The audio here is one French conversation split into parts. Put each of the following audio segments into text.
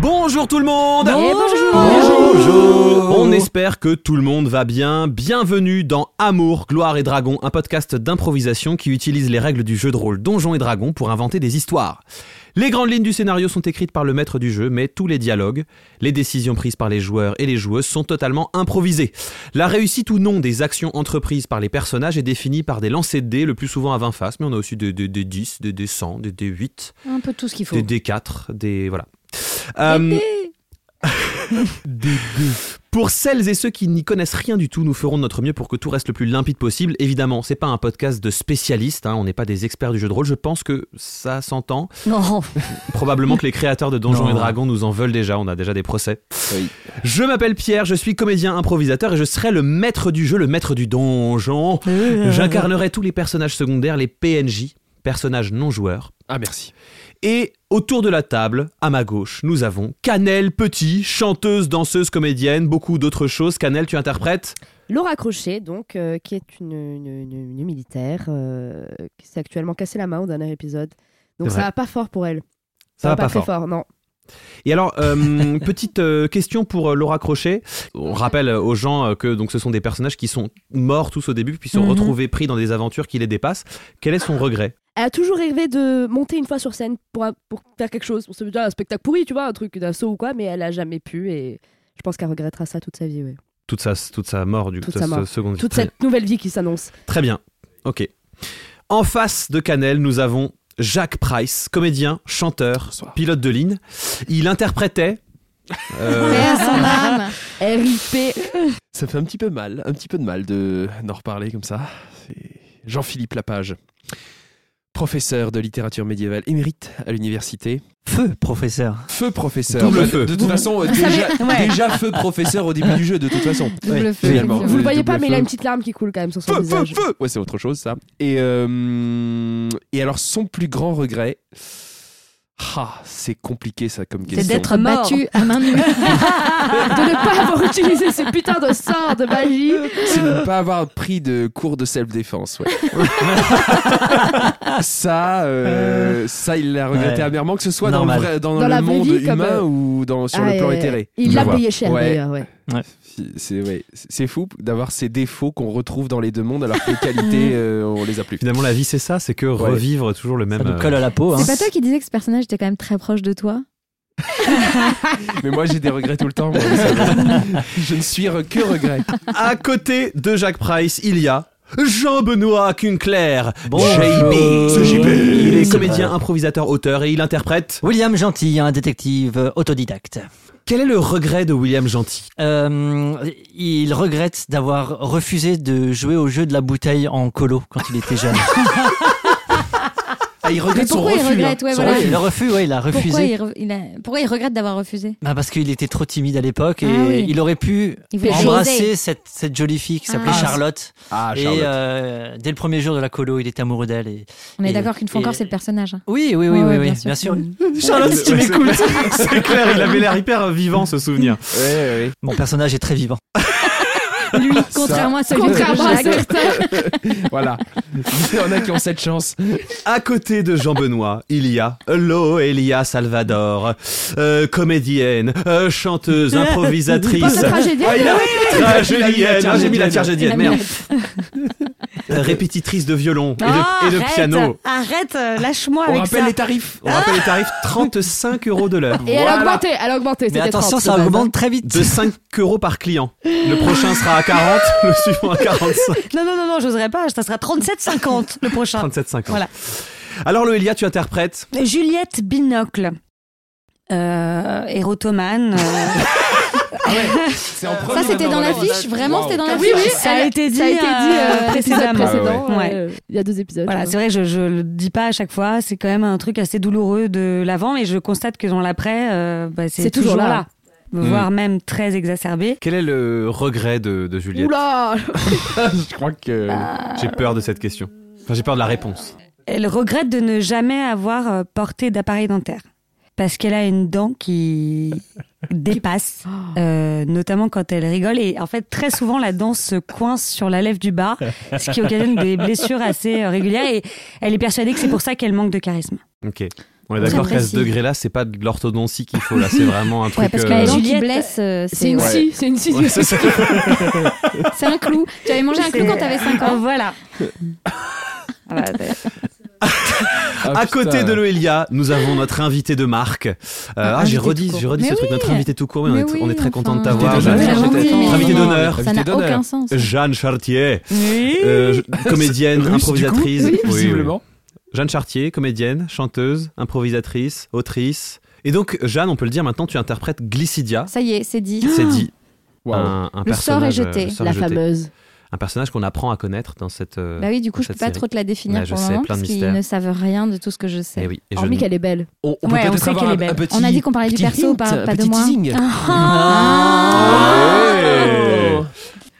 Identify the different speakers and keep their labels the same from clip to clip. Speaker 1: Bonjour tout le monde
Speaker 2: Et bonjour.
Speaker 1: On espère que tout le monde va bien. Bienvenue dans Amour, Gloire et Dragon, un podcast d'improvisation qui utilise les règles du jeu de rôle Donjons et Dragons pour inventer des histoires. Les grandes lignes du scénario sont écrites par le maître du jeu, mais tous les dialogues, les décisions prises par les joueurs et les joueuses sont totalement improvisées. La réussite ou non des actions entreprises par les personnages est définie par des lancers de dés, le plus souvent à 20 faces, mais on a aussi des, des- des 10, des, des 100, des, des 8,
Speaker 2: Un peu tout ce qu'il faut.
Speaker 1: des D4, des... voilà. Euh, Pour celles et ceux qui n'y connaissent rien du tout, nous ferons de notre mieux pour que tout reste le plus limpide possible. Évidemment, c'est pas un podcast de spécialistes, hein, on n'est pas des experts du jeu de rôle. Je pense que ça s'entend.
Speaker 2: Non.
Speaker 1: Probablement que les créateurs de Donjons
Speaker 3: Non.
Speaker 1: et Dragons nous en veulent déjà, on a déjà des procès.
Speaker 3: Oui.
Speaker 1: Je m'appelle Pierre, je suis comédien improvisateur et je serai le maître du jeu, le maître du donjon.
Speaker 2: Euh.
Speaker 1: J'incarnerai tous les personnages secondaires, les PNJ, personnages non joueurs.
Speaker 3: Ah merci.
Speaker 1: Et autour de la table, à ma gauche, nous avons Canel Petit, chanteuse, danseuse, comédienne, beaucoup d'autres choses. Canel, tu interprètes
Speaker 2: Laura Crochet, donc, euh, qui est une, une- une- une militaire, euh, qui s'est actuellement cassé la main au dernier épisode. Donc
Speaker 1: C'est
Speaker 2: ça
Speaker 1: vrai.
Speaker 2: va pas fort pour elle.
Speaker 1: Ça va pas
Speaker 2: très
Speaker 1: fort.
Speaker 2: fort, non.
Speaker 1: Et alors, euh, petite euh, question pour euh, Laura Crochet. On rappelle euh, aux gens euh, que donc, ce sont des personnages qui sont morts tous au début, puis sont
Speaker 4: Mhm.
Speaker 1: retrouvés pris dans des aventures qui les dépassent. Quel est son regret
Speaker 2: Elle a toujours rêvé de monter une fois sur scène pour, un- pour faire quelque chose. On se dit, ah, un spectacle pourri, tu vois, un truc d'assaut ou quoi, mais elle a jamais pu et je pense qu'elle regrettera ça toute sa vie, ouais.
Speaker 1: toute sa, toute sa mort, du
Speaker 2: Toute
Speaker 1: sa
Speaker 2: sa mort.
Speaker 1: seconde vie.
Speaker 2: Toute
Speaker 1: Très
Speaker 2: cette nouvelle vie qui s'annonce.
Speaker 1: Très bien. Ok. En face de Canel, nous avons Jacques Price, comédien, chanteur,
Speaker 3: Bonsoir.
Speaker 1: pilote de ligne. Il interprétait. euh,
Speaker 4: Paix à son âme.
Speaker 2: RIP.
Speaker 1: Oh,
Speaker 3: Ça fait un petit peu mal, un petit peu de mal de d'en reparler comme ça. C'est Jean-Philippe Lapage, professeur de littérature médiévale émérite à l'université.
Speaker 5: Feu, professeur.
Speaker 3: Feu professeur.
Speaker 1: Double
Speaker 3: Bah,
Speaker 1: feu.
Speaker 3: De toute façon, euh,
Speaker 4: Vous savez-
Speaker 3: déjà,
Speaker 4: ouais.
Speaker 3: déjà feu professeur au début du jeu, de toute façon.
Speaker 4: Double
Speaker 5: Ouais,
Speaker 4: feu.
Speaker 3: finalement.
Speaker 4: effectivement.
Speaker 2: Vous le voyez
Speaker 3: double
Speaker 2: pas, mais il a
Speaker 3: feu.
Speaker 2: une petite larme qui coule quand même sur son
Speaker 3: Feu, feu,
Speaker 2: visage.
Speaker 3: feu Ouais, c'est autre chose, ça. Et, euh, et alors, son plus grand regret. Ah, c'est compliqué ça comme question.
Speaker 4: C'est d'être
Speaker 2: Mort.
Speaker 4: battu à main nue.
Speaker 2: de ne pas avoir utilisé ce putain de sort de magie.
Speaker 3: C'est de ne pas avoir pris de cours de self-défense. Ouais. ça, euh, ça, il l'a regretté
Speaker 5: Ouais.
Speaker 3: amèrement, que ce soit
Speaker 5: Normal.
Speaker 3: dans le, vrai- dans
Speaker 2: Dans
Speaker 3: le
Speaker 2: la vraie
Speaker 3: monde
Speaker 2: vie, comme,
Speaker 3: humain
Speaker 2: euh,
Speaker 3: ou dans, sur
Speaker 2: Ah,
Speaker 3: le plan
Speaker 2: euh,
Speaker 3: éthéré.
Speaker 2: Il
Speaker 3: Je
Speaker 2: l'a
Speaker 3: vois.
Speaker 2: payé cher
Speaker 3: Ouais.
Speaker 2: d'ailleurs. Ouais.
Speaker 3: C'est ouais, c'est- c'est fou d'avoir ces défauts qu'on retrouve dans les deux mondes alors que les qualités, euh, on les a plus.
Speaker 1: Finalement, la vie, c'est ça, c'est que revivre toujours
Speaker 3: Ah,
Speaker 1: le même.
Speaker 5: Ça nous
Speaker 3: bah
Speaker 1: euh,
Speaker 5: colle à la peau. Hein.
Speaker 4: C'est pas toi qui disais que ce personnage était quand même très proche de toi
Speaker 3: Mais moi, j'ai des regrets tout le temps. moi, vous savez. Je ne suis re- que regret.
Speaker 1: À côté de Jacques Price, il y a Jean-Benoît Kunkler.
Speaker 5: Bonjour.
Speaker 1: JB.
Speaker 5: C'est JB.
Speaker 1: Il est
Speaker 5: C'est
Speaker 1: comédien,
Speaker 5: vrai.
Speaker 1: improvisateur, auteur et il interprète.
Speaker 5: William Gentil, un détective euh, autodidacte.
Speaker 1: Quel est le regret de William Gentil
Speaker 5: Euh, il regrette d'avoir refusé de jouer au jeu de la bouteille en colo quand il était jeune.
Speaker 3: Ah, il regrette
Speaker 4: Mais
Speaker 3: son
Speaker 4: pourquoi il
Speaker 3: refus. hein.
Speaker 4: regrette Ouais,
Speaker 3: Son
Speaker 4: voilà.
Speaker 3: refus.
Speaker 5: Il a refusé, ouais, il a
Speaker 4: pourquoi
Speaker 5: refusé.
Speaker 4: il, re- il a- pourquoi il regrette d'avoir refusé
Speaker 5: Bah, parce qu'il était trop timide à l'époque et
Speaker 4: Ah oui.
Speaker 5: il aurait pu
Speaker 4: Il voulait
Speaker 5: embrasser cette, cette jolie fille qui s'appelait
Speaker 4: Ah.
Speaker 5: Charlotte.
Speaker 3: Ah,
Speaker 5: et
Speaker 3: Charlotte.
Speaker 5: euh, dès le premier jour de la colo, il était amoureux d'elle. Et...
Speaker 4: On est
Speaker 5: Et-
Speaker 4: d'accord qu'une fois
Speaker 5: et-
Speaker 4: encore, c'est le personnage. hein.
Speaker 5: Oui, oui, oui,
Speaker 4: Ouais,
Speaker 5: oui,
Speaker 4: ouais,
Speaker 5: oui, bien sûr. Charlotte, si tu
Speaker 1: Ouais, c'est-
Speaker 5: m'écoutes.
Speaker 1: C'est clair, il avait l'air hyper vivant ce souvenir.
Speaker 5: euh,
Speaker 3: Ouais, ouais, ouais.
Speaker 5: Mon personnage est très vivant.
Speaker 4: Lui, contrairement à celui de
Speaker 2: Contrairement à
Speaker 4: Jacques.
Speaker 2: certains.
Speaker 3: Voilà. Il y en a qui ont cette chance.
Speaker 1: À côté de Jean-Benoît, il y a Loelia Salvador, euh, comédienne, euh, chanteuse,
Speaker 2: Pas
Speaker 1: improvisatrice,
Speaker 2: la tragédie.
Speaker 3: Ah, il a-
Speaker 1: tragédienne. Ah, j'ai mis la
Speaker 4: La
Speaker 1: tragédienne, merde. Euh, Répétitrice de violon et
Speaker 4: Ah,
Speaker 1: de, et de piano.
Speaker 6: Arrête, euh, lâche-moi
Speaker 3: On
Speaker 6: avec
Speaker 3: rappelle
Speaker 6: ça.
Speaker 3: les tarifs.
Speaker 4: Ah.
Speaker 1: On rappelle les tarifs 35 euros de l'heure.
Speaker 2: Et elle a augmenté, elle a augmenté.
Speaker 5: Mais
Speaker 2: c'était
Speaker 5: attention,
Speaker 2: 30,
Speaker 5: ça
Speaker 2: de base.
Speaker 4: hein.
Speaker 5: augmente très vite.
Speaker 1: de 5 euros par client. Le prochain sera à 40, le suivant à 45,
Speaker 6: Non, non, non, non, j'oserais pas. Ça sera 37,50 le prochain.
Speaker 1: 37,50.
Speaker 6: Voilà.
Speaker 1: Alors Loelia, tu interprètes
Speaker 6: Juliette Binocle. Euh, érotomane. euh,
Speaker 7: C'est en premier
Speaker 4: Ça, c'était dans
Speaker 7: Madame Roland.
Speaker 4: l'affiche Vraiment,
Speaker 7: Wow.
Speaker 4: c'était dans
Speaker 2: Ah Oui,
Speaker 4: l'affiche
Speaker 2: oui,
Speaker 6: Ça
Speaker 2: elle-
Speaker 6: a été dit,
Speaker 2: Ça a été dit euh,
Speaker 6: euh,
Speaker 2: précédemment.
Speaker 6: précédemment.
Speaker 2: précédent,
Speaker 6: Ouais, ouais.
Speaker 2: euh, Il y a deux épisodes.
Speaker 6: Voilà, c'est vrai, je, je le dis pas à chaque fois. C'est quand même un truc assez douloureux de l'avant, mais je constate que dans l'après, euh, bah, c'est
Speaker 2: C'est toujours
Speaker 6: toujours,
Speaker 2: là. Mm.
Speaker 6: là, voire même très exacerbé.
Speaker 1: Quel est le regret de, de Juliette
Speaker 2: Oula
Speaker 1: Je crois que j'ai peur de cette question. Enfin, j'ai peur de la réponse.
Speaker 6: Elle regrette de ne jamais avoir euh, porté d'appareil dentaire parce qu'elle a une dent qui dépasse, euh, notamment quand elle rigole. Et en fait, très souvent, la dent se coince sur la lèvre du bas, ce qui occasionne des blessures assez euh, régulières. Et elle est persuadée que c'est pour ça qu'elle manque de charisme.
Speaker 1: Ok. On est
Speaker 4: Très
Speaker 1: d'accord qu'à ce
Speaker 4: précis.
Speaker 1: degré-là, c'est pas de l'orthodontie qu'il faut là, c'est vraiment un truc.
Speaker 4: Ouais, parce que
Speaker 1: euh,
Speaker 4: la dent qui
Speaker 6: Juliette,
Speaker 4: blesse, euh,
Speaker 2: C'est
Speaker 4: c'est
Speaker 2: une
Speaker 4: ouais.
Speaker 2: scie, c'est une scie.
Speaker 1: ouais, c'est ça.
Speaker 4: C'est un clou. Tu avais mangé un clou
Speaker 6: C'est-
Speaker 4: quand t'avais 5 ans.
Speaker 6: Voilà. Voilà,
Speaker 3: Ah,
Speaker 1: à
Speaker 3: putain.
Speaker 1: côté de Loelia, nous avons notre invité de marque. Euh, ah, j'ai
Speaker 4: invité
Speaker 1: redit,
Speaker 4: tout court.
Speaker 1: j'ai redit ce
Speaker 4: Mais
Speaker 1: truc,
Speaker 4: oui.
Speaker 1: notre invité tout court, oui, on, est,
Speaker 4: Mais oui,
Speaker 1: on est très content de
Speaker 4: enfin,
Speaker 1: t'avoir.
Speaker 3: Invité
Speaker 1: Jeanne-
Speaker 3: d'honneur,
Speaker 4: Vraiment,
Speaker 3: peut-être.
Speaker 4: mais-
Speaker 1: Invité d'honneur.
Speaker 4: Ça n'a
Speaker 3: Invité d'honneur.
Speaker 4: aucun sens.
Speaker 1: Jeanne Chartier,
Speaker 6: Oui.
Speaker 1: euh, je- comédienne,
Speaker 3: Russe, du coup
Speaker 1: improvisatrice. Oui, oui.
Speaker 3: Visiblement.
Speaker 1: Jeanne Chartier, comédienne, chanteuse, improvisatrice, autrice. Et donc, Jeanne, on peut le dire maintenant, tu interprètes Glycidia.
Speaker 4: Ça y est, c'est dit.
Speaker 1: C'est dit.
Speaker 3: Waouh.
Speaker 1: Un, un
Speaker 4: Ah. Le sort
Speaker 1: personnage,
Speaker 4: est jeté,
Speaker 1: euh, le sort
Speaker 2: La
Speaker 1: est jeté.
Speaker 2: fameuse.
Speaker 1: Un personnage qu'on apprend à connaître dans cette. euh,
Speaker 4: Bah oui, du coup, je
Speaker 1: Cette
Speaker 4: peux pas
Speaker 1: série.
Speaker 4: trop te la définir
Speaker 1: Ouais, je
Speaker 4: pour le
Speaker 1: sais,
Speaker 4: moment
Speaker 1: plein de
Speaker 4: parce qu'ils
Speaker 1: mystères.
Speaker 4: ne savent rien de tout ce que je sais.
Speaker 1: eh oui, et je
Speaker 2: Hormis
Speaker 1: ne-
Speaker 2: qu'elle est belle.
Speaker 3: On, on
Speaker 6: Ouais,
Speaker 3: peut
Speaker 6: on
Speaker 3: peut-être
Speaker 6: sait
Speaker 3: avoir
Speaker 6: qu'elle
Speaker 3: un,
Speaker 6: est belle.
Speaker 3: un petit.
Speaker 4: On a dit qu'on parlait du
Speaker 3: petit
Speaker 4: perso,
Speaker 3: hint,
Speaker 4: pas,
Speaker 3: un
Speaker 4: pas de
Speaker 3: petit
Speaker 4: moi.
Speaker 3: teasing. Ah,
Speaker 4: Ah.
Speaker 1: Ouais.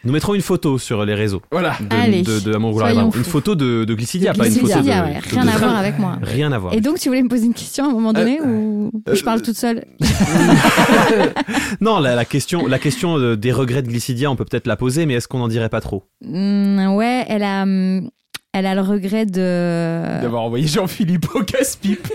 Speaker 1: Eh Nous mettrons une photo sur les réseaux
Speaker 3: Voilà.
Speaker 4: Allez.
Speaker 1: de, de, de Amour Vouloir et
Speaker 4: Soyons
Speaker 1: Dragon. Une
Speaker 4: fous.
Speaker 1: photo de, de Glycidia,
Speaker 2: De
Speaker 1: pas une photo de.
Speaker 4: Glycidia, ouais,
Speaker 1: de-
Speaker 4: Rien
Speaker 1: de-
Speaker 4: à voir avec moi.
Speaker 1: Rien à voir.
Speaker 4: Et donc, tu voulais me poser une question à un moment donné ou
Speaker 1: euh,
Speaker 4: je parle toute seule
Speaker 1: Non, la, la question, la question euh, des regrets de Glycidia, on peut peut-être la poser, mais est-ce qu'on n'en dirait pas trop
Speaker 4: Hmm, Ouais, elle a, hum, elle a le regret de,
Speaker 3: D'avoir envoyé Jean-Philippe au casse-pipe.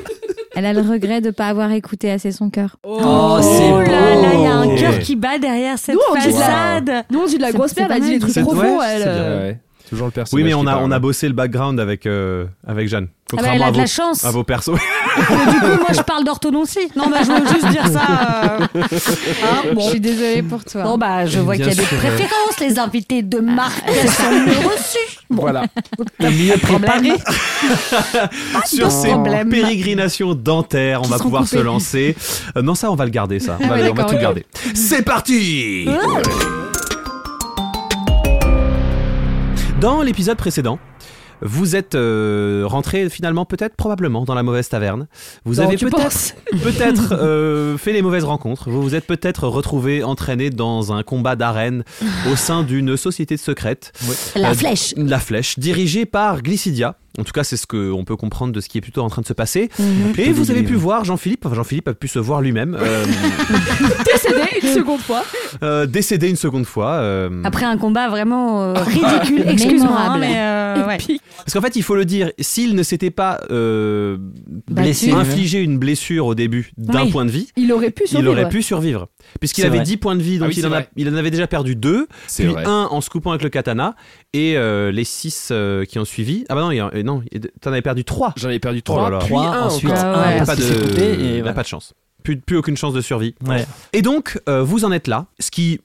Speaker 4: elle a le regret de pas avoir écouté assez son cœur.
Speaker 5: Oh, c'est
Speaker 6: Oh là
Speaker 5: beau.
Speaker 6: là, il y a un
Speaker 1: Ok.
Speaker 6: cœur qui bat derrière cette
Speaker 2: Nous, on dit-
Speaker 6: façade. Ah bah,
Speaker 2: Nous, on dit de la
Speaker 4: C'est-
Speaker 2: grosse
Speaker 4: c'est
Speaker 2: merde,
Speaker 4: pas
Speaker 2: elle dit
Speaker 4: mal.
Speaker 2: des trucs
Speaker 1: C'est-
Speaker 2: profonds,
Speaker 1: ouais,
Speaker 2: elle.
Speaker 1: c'est bien,
Speaker 2: euh,
Speaker 3: Toujours le personnage.
Speaker 1: Oui, mais on
Speaker 3: qui
Speaker 1: a,
Speaker 3: parle.
Speaker 1: on a bossé le background avec, euh, avec Jeanne.
Speaker 6: Ah bah,
Speaker 1: Contrairement
Speaker 6: elle a
Speaker 1: à,
Speaker 6: de
Speaker 1: vos,
Speaker 6: la chance.
Speaker 1: à vos persos.
Speaker 6: Mais du coup, moi, je parle d'orthodontie. Non, bah, je veux juste dire ça. euh. Hein,
Speaker 4: Je
Speaker 6: bon.
Speaker 4: suis désolée pour toi.
Speaker 6: Bon, bah, je vois
Speaker 1: Bien
Speaker 6: qu'il y a des
Speaker 1: sûr,
Speaker 6: préférences. Les invités de marque elles sont mieux reçus.
Speaker 3: Voilà.
Speaker 5: Et mieux préparé.
Speaker 1: Sur ces
Speaker 6: problème.
Speaker 1: pérégrinations dentaires, on
Speaker 4: Qui
Speaker 1: va
Speaker 4: seront
Speaker 1: pouvoir se
Speaker 4: coupées.
Speaker 1: lancer. Euh, non, ça, on va le garder, ça. On,
Speaker 4: Ah
Speaker 1: va,
Speaker 4: ouais,
Speaker 1: on va
Speaker 4: d'accord,
Speaker 1: tout
Speaker 4: ok.
Speaker 1: garder. C'est parti Dans l'épisode précédent, vous êtes euh, rentré finalement, peut-être, probablement, dans la mauvaise taverne. Vous
Speaker 2: non,
Speaker 1: avez
Speaker 2: tu
Speaker 1: peut-être
Speaker 2: penses
Speaker 1: peut-être, euh, fait les mauvaises rencontres. Vous vous êtes peut-être retrouvé entraîné dans un combat d'arène au sein d'une société secrète.
Speaker 6: La
Speaker 1: Euh,
Speaker 6: flèche.
Speaker 1: La flèche, dirigée par Glycidia. En tout cas, c'est ce qu'on peut comprendre de ce qui est plutôt en train de se passer. Et vous avez pu voir Jean-Philippe, enfin Jean-Philippe a pu se voir lui-même, euh,
Speaker 2: décédé une seconde fois.
Speaker 1: euh, décédé une seconde fois. euh,
Speaker 6: Après un combat vraiment euh, ridicule. Excuse-moi,
Speaker 4: Mémorable.
Speaker 6: hein, mais euh, ouais.
Speaker 2: Épique.
Speaker 1: Parce qu'en fait, il faut le dire, s'il ne s'était pas euh,
Speaker 5: Blessé.
Speaker 1: infligé une blessure au début d'un
Speaker 6: Oui.
Speaker 1: point de vie,
Speaker 2: Il aurait pu
Speaker 1: il
Speaker 2: survivre.
Speaker 1: aurait pu survivre. Puisqu'il
Speaker 5: C'est
Speaker 1: avait
Speaker 5: vrai.
Speaker 1: 10 points de vie, donc
Speaker 3: Ah oui,
Speaker 1: il,
Speaker 3: c'est
Speaker 1: en a-
Speaker 3: vrai.
Speaker 1: il en avait déjà perdu 2,
Speaker 3: C'est
Speaker 1: puis
Speaker 3: vrai.
Speaker 1: 1 en se coupant avec le katana, et euh, les 6 qui ont suivi. Ah bah non, il y en- euh, non il- t'en avais perdu 3.
Speaker 3: J'en ai perdu
Speaker 1: Oh là
Speaker 3: trois,
Speaker 1: là.
Speaker 3: puis
Speaker 5: Trois,
Speaker 3: un
Speaker 5: ensuite
Speaker 3: encore.
Speaker 5: un,
Speaker 6: Ah ouais.
Speaker 5: parce
Speaker 1: pas, de,
Speaker 5: qu'il s'est coupé et
Speaker 1: il a
Speaker 5: voilà.
Speaker 1: pas de chance. Plus, plus aucune chance de survie.
Speaker 5: Ouais.
Speaker 1: Et donc, euh, vous en êtes là, ce qui,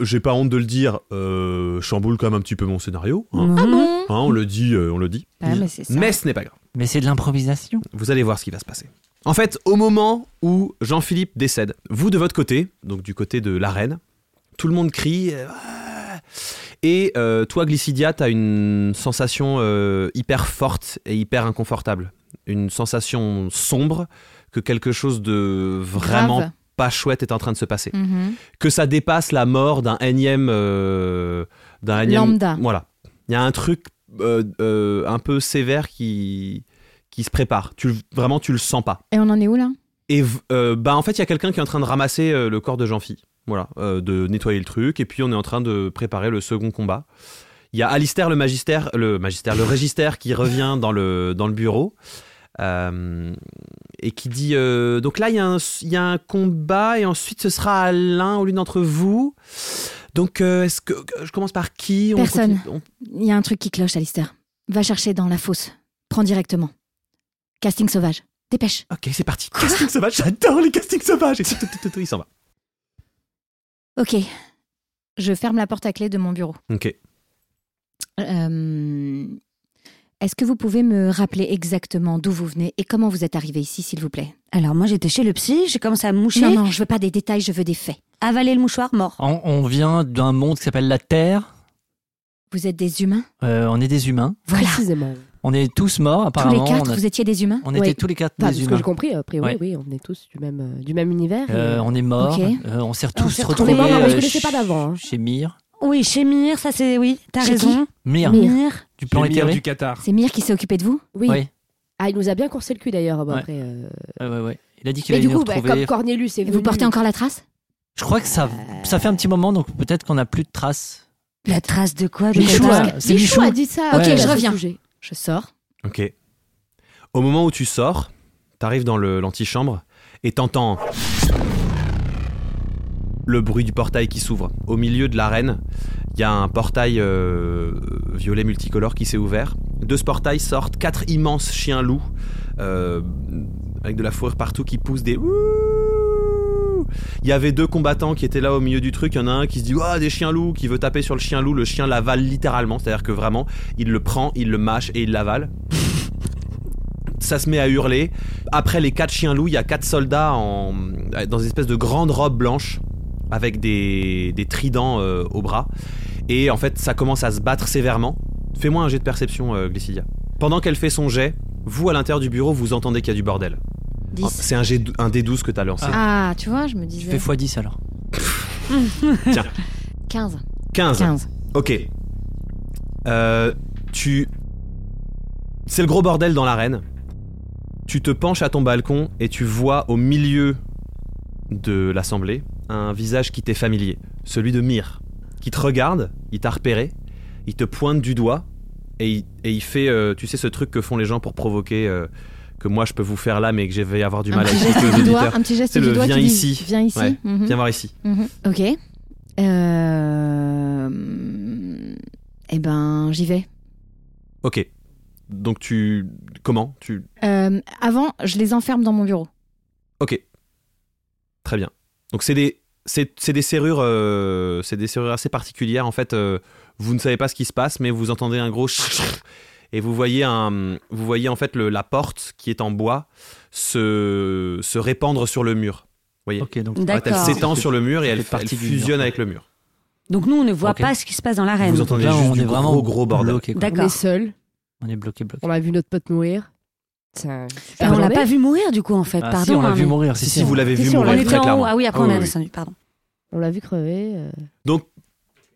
Speaker 1: j'ai pas honte de le dire, euh, chamboule quand même un petit peu mon scénario.
Speaker 5: Mm.
Speaker 1: hein.
Speaker 4: Ah
Speaker 5: Mm-hmm.
Speaker 4: bon
Speaker 1: Hein, on le dit, euh, on le dit.
Speaker 4: Bah, mais c'est ça.
Speaker 1: Mais ce n'est pas grave.
Speaker 5: Mais c'est de l'improvisation.
Speaker 1: Vous allez voir ce qui va se passer. En fait, au moment où Jean-Philippe décède, vous de votre côté, donc du côté de la reine, tout le monde crie. euh, Ah et euh, toi, Glycidia, t'as une sensation euh, hyper forte et hyper inconfortable. Une sensation sombre que quelque chose de vraiment
Speaker 4: Grave.
Speaker 1: pas chouette est en train de se passer.
Speaker 4: Mhm.
Speaker 1: que ça dépasse la mort d'un énième euh, d'un énième-
Speaker 4: Lambda.
Speaker 1: Voilà. Il y a un truc euh, euh, un peu sévère qui qui se prépare. Tu le- vraiment tu le sens pas.
Speaker 4: Et on en est où là
Speaker 1: Et v- euh, bah en fait il y a quelqu'un qui est en train de ramasser euh, le corps de Jean-Phi. Voilà, euh, de nettoyer le truc et puis on est en train de préparer le second combat. Il y a Alistair le magistère, le magistère, le régistère qui revient dans le dans le bureau. euh, et qui dit euh, donc là il y, a un- il y a un combat et ensuite ce sera à l'un ou l'une d'entre vous. Donc euh, est-ce que que- je commence par qui On
Speaker 4: Personne.
Speaker 1: continue-
Speaker 4: Il y a un truc qui cloche, Alistair. Va chercher dans la fosse. Prends directement. Casting sauvage. Dépêche.
Speaker 1: on- Ok c'est parti. Casting sauvage, j'adore les castings sauvages. Et tout, tout, tout, tout, tout, il s'en va.
Speaker 4: Ok. Je ferme la porte à clé de mon bureau.
Speaker 1: Ok.
Speaker 4: Euh, Est-ce que vous pouvez me rappeler exactement d'où vous venez et comment vous êtes arrivé ici, s'il vous plaît
Speaker 6: Alors, moi, j'étais chez le psy. J'ai commencé à me moucher.
Speaker 4: Non, non, je veux pas des détails, je veux des faits.
Speaker 6: avaler le mouchoir, mort.
Speaker 5: On, on vient d'un monde qui s'appelle la Terre.
Speaker 4: Vous êtes des humains
Speaker 5: Euh, on est des humains.
Speaker 4: Voilà.
Speaker 2: Précisément.
Speaker 5: On est tous morts,
Speaker 4: Tous les
Speaker 5: apparemment.
Speaker 4: quatre,
Speaker 5: on, a-
Speaker 4: vous étiez des humains
Speaker 5: on
Speaker 2: Ouais.
Speaker 5: était tous les quatre
Speaker 2: Enfin, de
Speaker 5: des
Speaker 2: ce que
Speaker 5: humains.
Speaker 2: j'ai compris, a priori,
Speaker 5: Ouais.
Speaker 2: oui, on est tous du même, euh, du même univers. et,
Speaker 5: Euh, on est morts.
Speaker 4: Ok.
Speaker 5: Euh, on s'est tous
Speaker 6: s'est
Speaker 5: retrouvés
Speaker 6: retrouvés
Speaker 2: morts, mais je
Speaker 5: euh,
Speaker 2: connaissais pas d'avant, hein.
Speaker 5: chez Mir.
Speaker 6: Oui, chez Mire, ça c'est. Oui, t'as
Speaker 4: Chez
Speaker 6: raison.
Speaker 5: Mir,
Speaker 4: Mir.
Speaker 6: Mire.
Speaker 5: du plan
Speaker 3: Les meilleurs
Speaker 5: éthéré.
Speaker 3: du Qatar.
Speaker 4: C'est Mire qui s'est occupé de vous
Speaker 2: Oui.
Speaker 5: Ouais,
Speaker 2: Ah, il nous a bien corsé le cul d'ailleurs. bon,
Speaker 5: Ouais.
Speaker 2: après, euh,
Speaker 5: ouais, ouais, ouais. Il a dit qu'il
Speaker 2: Mais
Speaker 5: allait
Speaker 2: du
Speaker 5: nous
Speaker 2: coup, bah,
Speaker 5: retrouver.
Speaker 2: comme Cornelius est
Speaker 4: Et
Speaker 2: venu.
Speaker 4: vous portez encore la trace
Speaker 5: Je crois que ça, ça fait un petit moment, donc peut-être qu'on n'a plus de traces.
Speaker 6: La trace de quoi de
Speaker 5: Michou,
Speaker 6: Qatar
Speaker 5: là. C'est Michou.
Speaker 2: hein. a dit ça.
Speaker 5: Ok,
Speaker 2: à
Speaker 5: je
Speaker 2: ce
Speaker 4: reviens.
Speaker 2: sujet.
Speaker 4: Je sors.
Speaker 1: Ok. Au moment où tu sors, t'arrives dans le- l'antichambre et t'entends le bruit du portail qui s'ouvre. Au milieu de l'arène, il y a un portail euh, violet multicolore qui s'est ouvert. De ce portail sortent quatre immenses chiens-loups euh, avec de la fourrure partout qui poussent des. ouh Il y avait deux combattants qui étaient là au milieu du truc. Il y en a un qui se dit Ouah, des chiens-loups, qui veut taper sur le chien-loup. Le chien l'avale littéralement, c'est-à-dire que vraiment, il le prend, il le mâche et il l'avale. Ça se met à hurler. Après les quatre chiens loups, il y a quatre soldats en, dans une espèce de grande robe blanche avec des, des tridents euh, au bras. Et en fait, ça commence à se battre sévèrement. Fais-moi un jet de perception, euh, Glycidia. Pendant qu'elle fait son jet, vous à l'intérieur du bureau, vous entendez qu'il y a du bordel.
Speaker 4: 10.
Speaker 1: C'est un, jet, un des 12 que t'as lancé.
Speaker 4: Ah, tu vois, je me
Speaker 5: Tu
Speaker 4: disais.
Speaker 5: fais x10 alors.
Speaker 4: 15.
Speaker 1: 15.
Speaker 4: 15.
Speaker 1: Ok. Euh, tu. C'est le gros bordel dans l'arène. Tu te penches à ton balcon et tu vois au milieu de l'assemblée un visage qui t'est familier, celui de Mir, qui te regarde, il t'a repéré, il te pointe du doigt et il, et il fait, euh, tu sais, ce truc que font les gens pour provoquer, euh, que moi je peux vous faire là, mais que je vais avoir du
Speaker 4: Un
Speaker 1: mal à
Speaker 4: petit
Speaker 1: expliquer aux
Speaker 4: geste du doigt.
Speaker 1: auditeurs.
Speaker 4: Un petit geste
Speaker 1: C'est
Speaker 4: du
Speaker 1: le
Speaker 4: doigt. qui
Speaker 1: viens
Speaker 4: dit,
Speaker 1: ici.
Speaker 4: Viens ici.
Speaker 1: Ouais.
Speaker 4: Mhm.
Speaker 1: Viens voir ici.
Speaker 4: Mhm. Ok. Euh... Eh ben, j'y vais.
Speaker 1: Ok. Donc tu. Comment tu...
Speaker 4: Euh, avant, je les enferme dans mon bureau.
Speaker 1: Ok. Très bien. Donc c'est des c'est c'est des serrures euh, c'est des serrures assez particulières en fait. euh, vous ne savez pas ce qui se passe, mais vous entendez un gros et vous voyez un vous voyez en fait le- la porte qui est en bois se se répandre sur le mur.
Speaker 5: Ok, donc.
Speaker 1: En fait, elle
Speaker 6: D'accord.
Speaker 1: s'étend sur le mur et
Speaker 5: Ça
Speaker 1: elle,
Speaker 5: fait partie
Speaker 1: elle
Speaker 5: du mur.
Speaker 1: fusionne avec le mur.
Speaker 6: Donc nous, on ne voit
Speaker 5: Ok.
Speaker 6: pas ce qui se passe dans l'arène.
Speaker 1: Vous entendez
Speaker 5: Ah, Là,
Speaker 1: juste
Speaker 5: on
Speaker 1: du
Speaker 5: est vraiment
Speaker 1: gros, gros bordel.
Speaker 5: bloqué, quoi.
Speaker 2: On est
Speaker 6: D'accord.
Speaker 2: seul.
Speaker 5: On est bloqué, bloqué.
Speaker 2: On a vu notre pote mourir. C'est un
Speaker 6: Et
Speaker 2: super
Speaker 6: Ah, on l'a
Speaker 2: journée.
Speaker 6: pas vu mourir du coup en fait.
Speaker 5: Ah,
Speaker 6: Pardon.
Speaker 5: si, on l'a
Speaker 6: hein,
Speaker 5: vu
Speaker 6: mais-
Speaker 5: mourir.
Speaker 1: Si, si, vous l'avez
Speaker 2: Si,
Speaker 1: vu
Speaker 2: si, on
Speaker 1: mourir
Speaker 2: l'a
Speaker 6: On
Speaker 2: vu
Speaker 1: très
Speaker 6: était en haut.
Speaker 1: clairement.
Speaker 6: Ah oui, après on
Speaker 1: Ah
Speaker 6: est
Speaker 1: oui, oui.
Speaker 6: descendu. Pardon.
Speaker 2: On l'a vu crever. euh.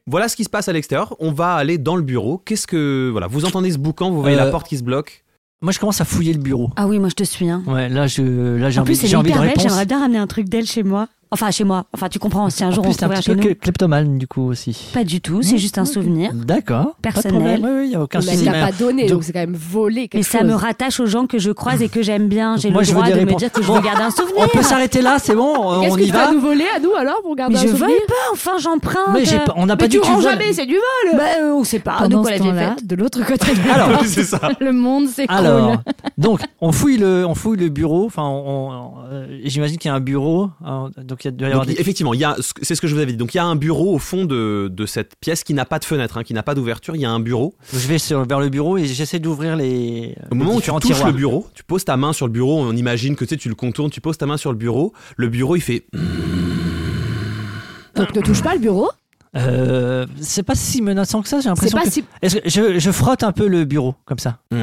Speaker 1: Voilà ce qui se passe à l'extérieur. On va aller dans le bureau. Qu'est-ce que voilà, vous entendez ce boucan, vous voyez
Speaker 5: Euh,
Speaker 1: la porte qui se bloque.
Speaker 5: Moi, je commence à fouiller le bureau.
Speaker 6: Ah oui, moi je te suis. Hein.
Speaker 5: Ouais, là, je, là, j'ai
Speaker 6: En
Speaker 5: envie,
Speaker 6: plus, c'est
Speaker 5: j'ai envie de
Speaker 6: hyper belle.
Speaker 5: réponse.
Speaker 6: J'aimerais bien ramener un truc d'elle chez moi. Enfin, chez moi. Enfin, tu comprends. Si un
Speaker 5: En
Speaker 6: jour
Speaker 5: plus,
Speaker 6: on
Speaker 5: t'es un
Speaker 6: s'ouvre
Speaker 5: petit
Speaker 6: chez
Speaker 5: peu
Speaker 6: nous.
Speaker 5: clé- kleptomane, du coup, aussi.
Speaker 6: Pas du tout. C'est juste un souvenir.
Speaker 5: D'accord. Pas de
Speaker 6: Personnel.
Speaker 5: problème. Oui, oui, il n'y a aucun
Speaker 2: On l'a
Speaker 5: souci.
Speaker 2: l'a
Speaker 5: mais-
Speaker 2: pas donné,
Speaker 5: Donc-
Speaker 2: donc c'est quand même volé quelque
Speaker 6: Mais ça
Speaker 2: chose.
Speaker 6: me rattache aux gens que je croise et que j'aime bien. J'ai
Speaker 5: Moi,
Speaker 6: le
Speaker 5: je veux
Speaker 6: droit
Speaker 5: des
Speaker 6: de me
Speaker 5: réponses.
Speaker 6: dire que je
Speaker 5: Bon,
Speaker 6: veux garder un souvenir.
Speaker 5: On peut s'arrêter là, c'est bon,
Speaker 2: Qu'est-ce
Speaker 5: on
Speaker 2: que
Speaker 5: y
Speaker 2: tu
Speaker 5: va.
Speaker 2: vas nous voler à nous alors pour garder
Speaker 6: Mais
Speaker 2: un
Speaker 6: je veux
Speaker 2: souvenir
Speaker 6: pas. Enfin, j'en prends.
Speaker 5: Mais j'ai pas- on n'a pas
Speaker 2: Mais
Speaker 5: dit
Speaker 2: tu
Speaker 5: que tu
Speaker 2: rends
Speaker 5: voles.
Speaker 2: jamais, c'est du vol.
Speaker 6: Bah, euh, on sait pas. De
Speaker 4: Pendant
Speaker 6: quoi
Speaker 4: ce
Speaker 6: la défaite
Speaker 4: temps-là, de l'autre côté de
Speaker 5: Alors,
Speaker 4: la porte,
Speaker 1: c'est ça.
Speaker 4: le monde s'écroule.
Speaker 5: Alors, donc on fouille le, on fouille le bureau. Enfin, on, on- euh, j'imagine qu'il y a un bureau. hein, donc il y a- doit y avoir
Speaker 1: Donc,
Speaker 5: des.
Speaker 1: effectivement, il y a- c'est ce que je vous avais dit. Donc il y a un bureau au fond de, de cette pièce qui n'a pas de fenêtre, hein, qui n'a pas d'ouverture. Il y a un bureau.
Speaker 5: Je vais sur- vers le bureau et j'essaie d'ouvrir les.
Speaker 1: Au
Speaker 5: les
Speaker 1: moment où tu
Speaker 5: différents
Speaker 1: touches
Speaker 5: tiroirs.
Speaker 1: le bureau, tu poses ta main sur le bureau. On imagine que tu, sais, tu le contournes, tu poses ta main sur le bureau. Le bureau, il fait.
Speaker 2: Donc ne touche pas le bureau.
Speaker 5: Euh, c'est pas si menaçant que ça. J'ai
Speaker 2: C'est
Speaker 5: l'impression
Speaker 2: pas
Speaker 5: que.
Speaker 2: si.
Speaker 5: Est-ce que je, je frotte un peu le bureau comme ça.
Speaker 1: Mmh,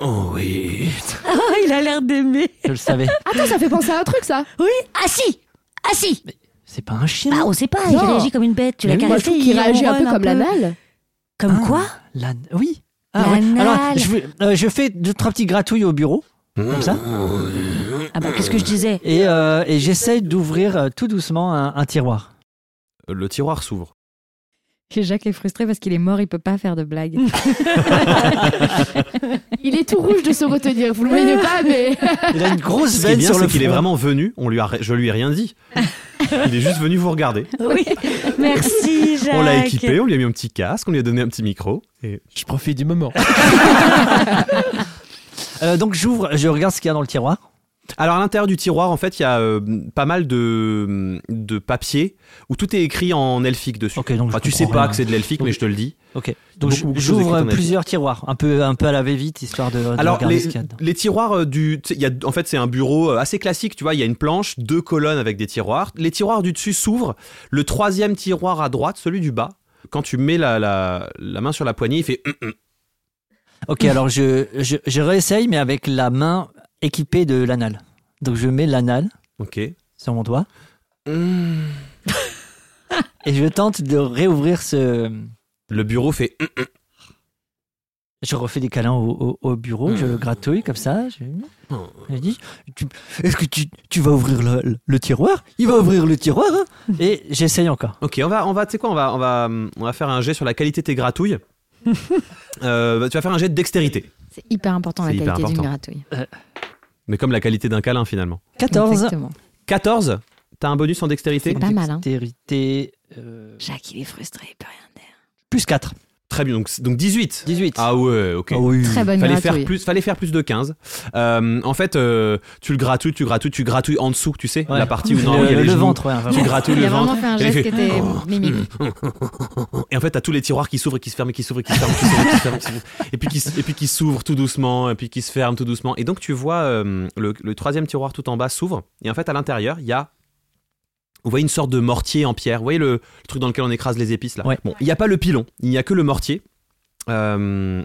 Speaker 1: oh oui.
Speaker 6: Il a l'air d'aimer.
Speaker 5: Je le savais.
Speaker 2: Attends, ça fait penser à un truc ça.
Speaker 6: Ah si Ah si
Speaker 5: c'est pas un chien.
Speaker 2: Ah.
Speaker 6: Bah, on sait pas. Il
Speaker 2: Non.
Speaker 6: réagit comme une bête. Tu l'as
Speaker 5: Mais oui,
Speaker 2: Moi,
Speaker 6: caressé.
Speaker 2: je trouve qu'il
Speaker 6: il
Speaker 2: réagit un peu
Speaker 6: ronronne
Speaker 2: comme la l'anal.
Speaker 6: Comme
Speaker 5: Ah,
Speaker 6: quoi
Speaker 5: la- Oui. Ah,
Speaker 6: La
Speaker 5: ouais.
Speaker 6: nalle.
Speaker 5: Alors je, veux- euh, je fais deux trois petits gratouilles au bureau
Speaker 1: Mmh.
Speaker 5: comme ça
Speaker 6: Ah bah, qu'est-ce que je disais
Speaker 5: et, euh, et j'essaie d'ouvrir euh, tout doucement un, un tiroir.
Speaker 1: Le tiroir s'ouvre.
Speaker 7: Et Jacques est frustré parce qu'il est mort, il peut pas faire de blague.
Speaker 2: Il est tout rouge de se retenir. Vous le voyez pas, mais
Speaker 5: Il a une grosse
Speaker 1: Ce qui est
Speaker 5: veine
Speaker 1: bien,
Speaker 5: sur
Speaker 1: c'est
Speaker 5: le
Speaker 1: qu'il est
Speaker 5: front.
Speaker 1: vraiment venu. On lui a, je lui ai rien dit. Il est juste venu vous regarder.
Speaker 6: Oui. Merci, Jacques.
Speaker 1: On l'a équipé, on lui a mis un petit casque, on lui a donné un petit micro. Et...
Speaker 3: Je profite du moment.
Speaker 5: Euh, donc j'ouvre, je regarde ce qu'il y a dans le tiroir.
Speaker 1: Alors à l'intérieur du tiroir, en fait, il y a euh, pas mal de, de de papier où tout est écrit en elfique dessus.
Speaker 5: Ok, donc
Speaker 1: Enfin,
Speaker 5: je
Speaker 1: tu sais
Speaker 5: comprends
Speaker 1: pas
Speaker 5: rien.
Speaker 1: que c'est de l'elfique, mais je te le dis.
Speaker 5: Ok. Donc
Speaker 1: Beaucoup, beaucoup de choses
Speaker 5: j'ouvre
Speaker 1: écrites en
Speaker 5: plusieurs tiroirs, un peu, un peu à la va-vite, histoire de, de
Speaker 1: Alors,
Speaker 5: regarder
Speaker 1: les,
Speaker 5: ce qu'il y a dedans.
Speaker 1: les tiroirs euh, du. tu sais, il Y a, en fait, c'est un bureau euh, assez classique, tu vois. Il y a une planche, deux colonnes avec des tiroirs. Les tiroirs du dessus s'ouvrent. Le troisième tiroir à droite, celui du bas, quand tu mets la, la, la main sur la poignée, il fait. Hum, hum.
Speaker 5: Ok, alors je, je, je réessaye, mais avec la main équipée de l'anal. Donc je mets l'anal
Speaker 1: Ok.
Speaker 5: sur mon doigt et je tente de réouvrir ce.
Speaker 1: Le bureau fait. Hum,
Speaker 5: Je refais des câlins au, au- au bureau, je
Speaker 1: Hmm.
Speaker 5: le gratouille comme ça. Je,
Speaker 1: Oh.
Speaker 5: je dis tu- Est-ce que tu, tu vas ouvrir le, le tiroir Il va ouvrir le tiroir hein Et j'essaye encore.
Speaker 1: Ok, on va, on va, tu sais quoi, on va, on va, hum, on va faire un jet sur la qualité de tes gratouilles. Euh, bah, tu vas faire un jet de dextérité,
Speaker 4: C'est hyper important la
Speaker 1: C'est hyper
Speaker 4: qualité d'une
Speaker 1: important.
Speaker 4: gratouille.
Speaker 1: mais comme la qualité d'un câlin finalement.
Speaker 5: 14.
Speaker 4: Exactement.
Speaker 1: 14 T'as un bonus en dextérité
Speaker 4: C'est pas mal, hein.
Speaker 5: Dextérité, euh,
Speaker 4: Jacques, il est frustré, il peut rien dire.
Speaker 5: plus 4.
Speaker 1: Très bien, donc, donc 18.
Speaker 5: 18.
Speaker 1: Ah ouais, ok.
Speaker 5: Ah oui.
Speaker 4: Très bonne
Speaker 1: Fallait
Speaker 4: gratouille.
Speaker 1: faire, plus, fallait faire plus de 15. Euh, en fait, euh, tu le gratouilles, tu gratouilles, tu gratouilles en dessous, tu sais,
Speaker 5: Ouais.
Speaker 1: la partie où
Speaker 5: le,
Speaker 1: normalement, il y a
Speaker 5: le
Speaker 1: les genoux.
Speaker 5: ventre, ouais, vraiment.
Speaker 1: Tu gratouilles
Speaker 4: Il
Speaker 1: le
Speaker 4: a
Speaker 1: ventre.
Speaker 4: vraiment fait un
Speaker 1: et il
Speaker 4: geste qui
Speaker 1: fait- Mm.
Speaker 4: était Oh. mimique.
Speaker 1: Et en fait, t'as tous les tiroirs qui s'ouvrent et qui se ferment, et qui s'ouvrent et qui se ferment, qui s'ouvrent, et qui se ferment, qui s'ouvrent. et puis qui, s- et puis qui s'ouvrent tout doucement, et puis qui se ferment tout doucement. Et donc tu vois euh, le, le troisième tiroir tout en bas s'ouvre, et en fait à l'intérieur il y a, vous voyez une sorte de mortier en pierre. Vous voyez le, le truc dans lequel on écrase les épices là.
Speaker 5: Ouais.
Speaker 1: Bon, il n'y a pas le pilon, il n'y a que le mortier. Euh,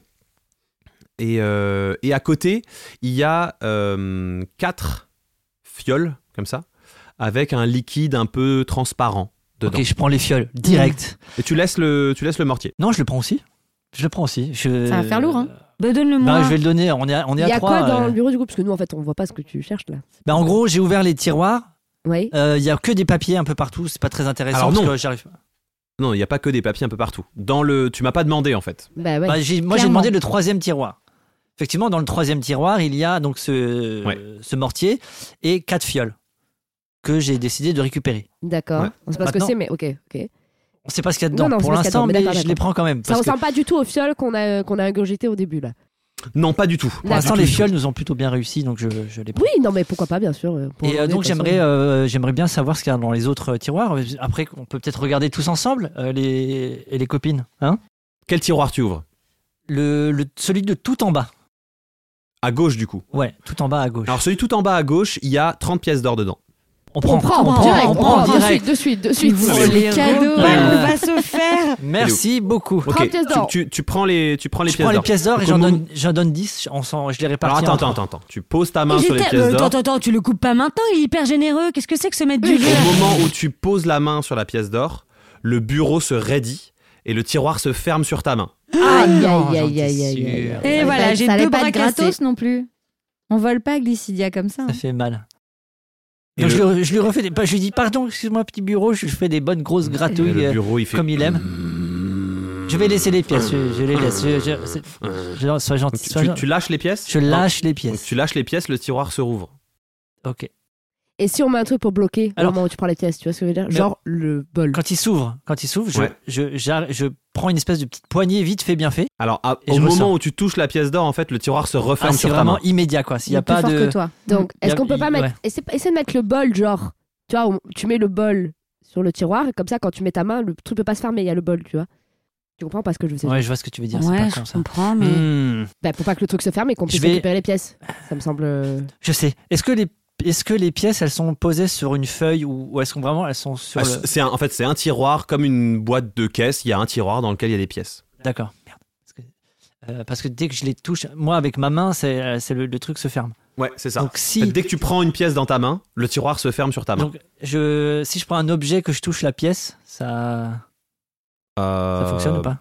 Speaker 1: et, euh, et à côté il y a euh, quatre fioles comme ça, avec un liquide un peu transparent dedans.
Speaker 5: Ok, je prends les fioles direct.
Speaker 1: Et tu laisses le, tu laisses le mortier.
Speaker 5: Non, je le prends aussi. Je le prends aussi. Je...
Speaker 4: Hmm. Ça va faire lourd, hein.
Speaker 6: Bah,
Speaker 5: Bah,
Speaker 6: donne-le-moi.
Speaker 5: je vais le donner. On est à, on est
Speaker 2: Il y
Speaker 5: à
Speaker 2: a
Speaker 5: euh, 3.
Speaker 2: quoi dans le bureau du coup Parce que nous, en fait, on voit pas ce que tu cherches là.
Speaker 5: bah, en gros, j'ai ouvert les tiroirs.
Speaker 2: Oui.
Speaker 5: Euh, Il y a que des papiers un peu partout. C'est pas très intéressant.
Speaker 1: Alors,
Speaker 5: parce
Speaker 1: non.
Speaker 5: que j'arrive-
Speaker 1: Non, il n'y a pas que des papiers un peu partout. Dans le, tu m'as pas demandé en fait.
Speaker 2: Bah ouais.
Speaker 5: Bah, j'ai- moi, j'ai
Speaker 4: Clairement.
Speaker 5: demandé le troisième tiroir. Effectivement, dans le troisième tiroir, il y a donc ce, ce mortier et quatre fioles que j'ai décidé de récupérer.
Speaker 2: D'accord.
Speaker 1: Ouais.
Speaker 2: On sait pas ce que
Speaker 5: Maintenant-
Speaker 2: c'est, mais ok, ok.
Speaker 5: On sait pas ce qu'il y a
Speaker 2: Non,
Speaker 5: dedans
Speaker 2: non, on
Speaker 5: pour
Speaker 2: sait pas ce qu'il y a
Speaker 5: l'instant,
Speaker 2: dedans, mais
Speaker 5: mais
Speaker 2: d'accord,
Speaker 5: je les
Speaker 2: d'accord.
Speaker 5: prends quand même.
Speaker 2: Ça
Speaker 5: parce que
Speaker 2: ressemble pas du tout au fiol qu'on a qu'on a ingurgité au début là.
Speaker 1: Non, pas du tout.
Speaker 5: pour l'instant,
Speaker 1: Pas du
Speaker 5: les
Speaker 1: tout.
Speaker 5: fioles nous ont plutôt bien réussi, donc je, je les prends.
Speaker 2: Oui, non mais pourquoi pas, bien sûr. euh, pour
Speaker 5: Et euh,
Speaker 2: enlever,
Speaker 5: donc
Speaker 2: de toute façon.
Speaker 5: j'aimerais euh, j'aimerais bien savoir ce qu'il y a dans les autres euh, tiroirs. Après, on peut peut-être regarder tous ensemble euh, les et les copines, hein
Speaker 1: Quel tiroir tu ouvres
Speaker 5: le, le- celui de tout en bas.
Speaker 1: À gauche du coup.
Speaker 5: Ouais, tout en bas à gauche.
Speaker 1: Alors celui tout en bas à gauche, il y a 30 pièces d'or dedans.
Speaker 5: on prend,
Speaker 2: prend,
Speaker 5: on prend,
Speaker 2: direct, Oh,
Speaker 5: on prend
Speaker 2: de
Speaker 5: direct.
Speaker 2: suite, de suite, de suite.
Speaker 5: Oh, les
Speaker 6: Oh,
Speaker 5: Ouais.
Speaker 6: on va se faire.
Speaker 5: Merci beaucoup.
Speaker 1: Ok.
Speaker 2: 30 pièces d'or.
Speaker 1: Tu, tu- tu prends les, tu prends les
Speaker 5: je
Speaker 1: pièces
Speaker 5: prends les
Speaker 1: d'or.
Speaker 5: pièces hein. d'or et
Speaker 1: Donc,
Speaker 5: j'en
Speaker 1: au
Speaker 5: donne, j'en donne 10, j'en sens- je les répartis.
Speaker 1: Alors attends,
Speaker 5: entre-
Speaker 1: attends, attends, attends. Tu poses ta main
Speaker 6: Et
Speaker 1: sur les
Speaker 6: j'étais-
Speaker 1: pièces
Speaker 6: Euh,
Speaker 1: d'or.
Speaker 6: Attends, attends, tu le coupes pas maintenant, il est hyper généreux. Qu'est-ce que c'est que ce maître du jeu
Speaker 1: Au moment où tu poses la main sur la pièce d'or, le bureau se raidit et le tiroir se ferme sur ta main.
Speaker 5: Ah
Speaker 2: Aïe,
Speaker 5: non,
Speaker 2: aïe,
Speaker 5: j'en
Speaker 2: aïe,
Speaker 5: étais
Speaker 2: aïe,
Speaker 5: sûr.
Speaker 2: aïe, aïe,
Speaker 6: Et voilà, j'ai
Speaker 4: ça allait
Speaker 6: deux
Speaker 4: pas
Speaker 6: bras
Speaker 4: être
Speaker 6: cassés.
Speaker 4: gratos non plus. On vole pas Glycidia comme ça. hein.
Speaker 5: Ça fait mal.
Speaker 1: Et
Speaker 5: Donc,
Speaker 1: le-
Speaker 5: je, lui, je lui refais des pas. Je lui dis pardon, excuse-moi petit bureau. Je lui fais des bonnes grosses
Speaker 1: Et
Speaker 5: gratouilles.
Speaker 1: le
Speaker 5: euh,
Speaker 1: bureau, il fait. hum.
Speaker 5: comme il aime. Je vais laisser les pièces. Je, je les laisse. Je, je- c'est- je-
Speaker 1: Donc,
Speaker 5: sois gentil.
Speaker 1: tu,
Speaker 5: sois
Speaker 1: tu-
Speaker 5: gen-
Speaker 1: tu lâches les pièces
Speaker 5: je lâche les
Speaker 1: Donc,
Speaker 5: pièces.
Speaker 1: Tu lâches les pièces, le tiroir se rouvre.
Speaker 5: Ok.
Speaker 2: Et si on met un truc pour bloquer au
Speaker 5: Alors-
Speaker 2: moment où tu prends les pièces, tu vois ce que je veux dire
Speaker 5: Mais-
Speaker 2: Genre le bol.
Speaker 5: Quand il s'ouvre, quand il s'ouvre, je,
Speaker 1: Ouais.
Speaker 5: je, j'ar- je prends une espèce de petite poignée vite fait bien fait.
Speaker 1: Alors à-
Speaker 5: Et
Speaker 1: au
Speaker 5: je
Speaker 1: moment
Speaker 5: ressors.
Speaker 1: où tu touches la pièce d'or, en fait, le tiroir se
Speaker 5: Ah,
Speaker 1: referme
Speaker 5: c'est
Speaker 1: sur ta
Speaker 5: vraiment
Speaker 1: main.
Speaker 5: immédiat quoi. S'il n'y a
Speaker 4: est plus
Speaker 5: pas
Speaker 4: fort
Speaker 5: de. Mm.
Speaker 4: que toi.
Speaker 2: Donc,
Speaker 5: Y a-
Speaker 2: est-ce qu'on peut
Speaker 5: y-
Speaker 2: pas mettre
Speaker 5: ouais.
Speaker 2: essaie, essaie de mettre le bol, genre, tu vois, on- tu mets le bol sur le tiroir et comme ça, quand tu mets ta main, le truc peut pas se fermer, il y a le bol, tu vois. Tu comprends pas ce que je veux dire
Speaker 5: Ouais, je vois ce que tu veux dire.
Speaker 6: Ouais,
Speaker 5: c'est pas
Speaker 6: je
Speaker 5: con, ça.
Speaker 6: comprends, mais.
Speaker 5: Hmm,
Speaker 2: Bah, pour pas que le truc se ferme et qu'on
Speaker 5: Je
Speaker 2: puisse
Speaker 5: vais-
Speaker 2: récupérer les pièces. Ça me semble. euh,
Speaker 5: je sais. Est-ce que les est-ce que les pièces elles sont posées sur une feuille ou, ou est-ce qu'on vraiment elles sont sur
Speaker 1: Ah,
Speaker 5: le
Speaker 1: c'est un- en fait, c'est un tiroir comme une boîte de caisse. Il y a un tiroir dans lequel il y a des pièces.
Speaker 5: D'accord. Merde. Parce que, euh, parce que dès que je les touche, moi avec ma main, c'est euh, c'est le, le truc se ferme.
Speaker 1: Ouais, c'est ça.
Speaker 5: Donc
Speaker 1: En fait,
Speaker 5: si
Speaker 1: Dès que tu prends une pièce dans ta main, le tiroir se ferme sur ta main.
Speaker 5: donc je si je prends un objet que je touche la pièce, ça ça
Speaker 1: Euh,
Speaker 5: fonctionne ou pas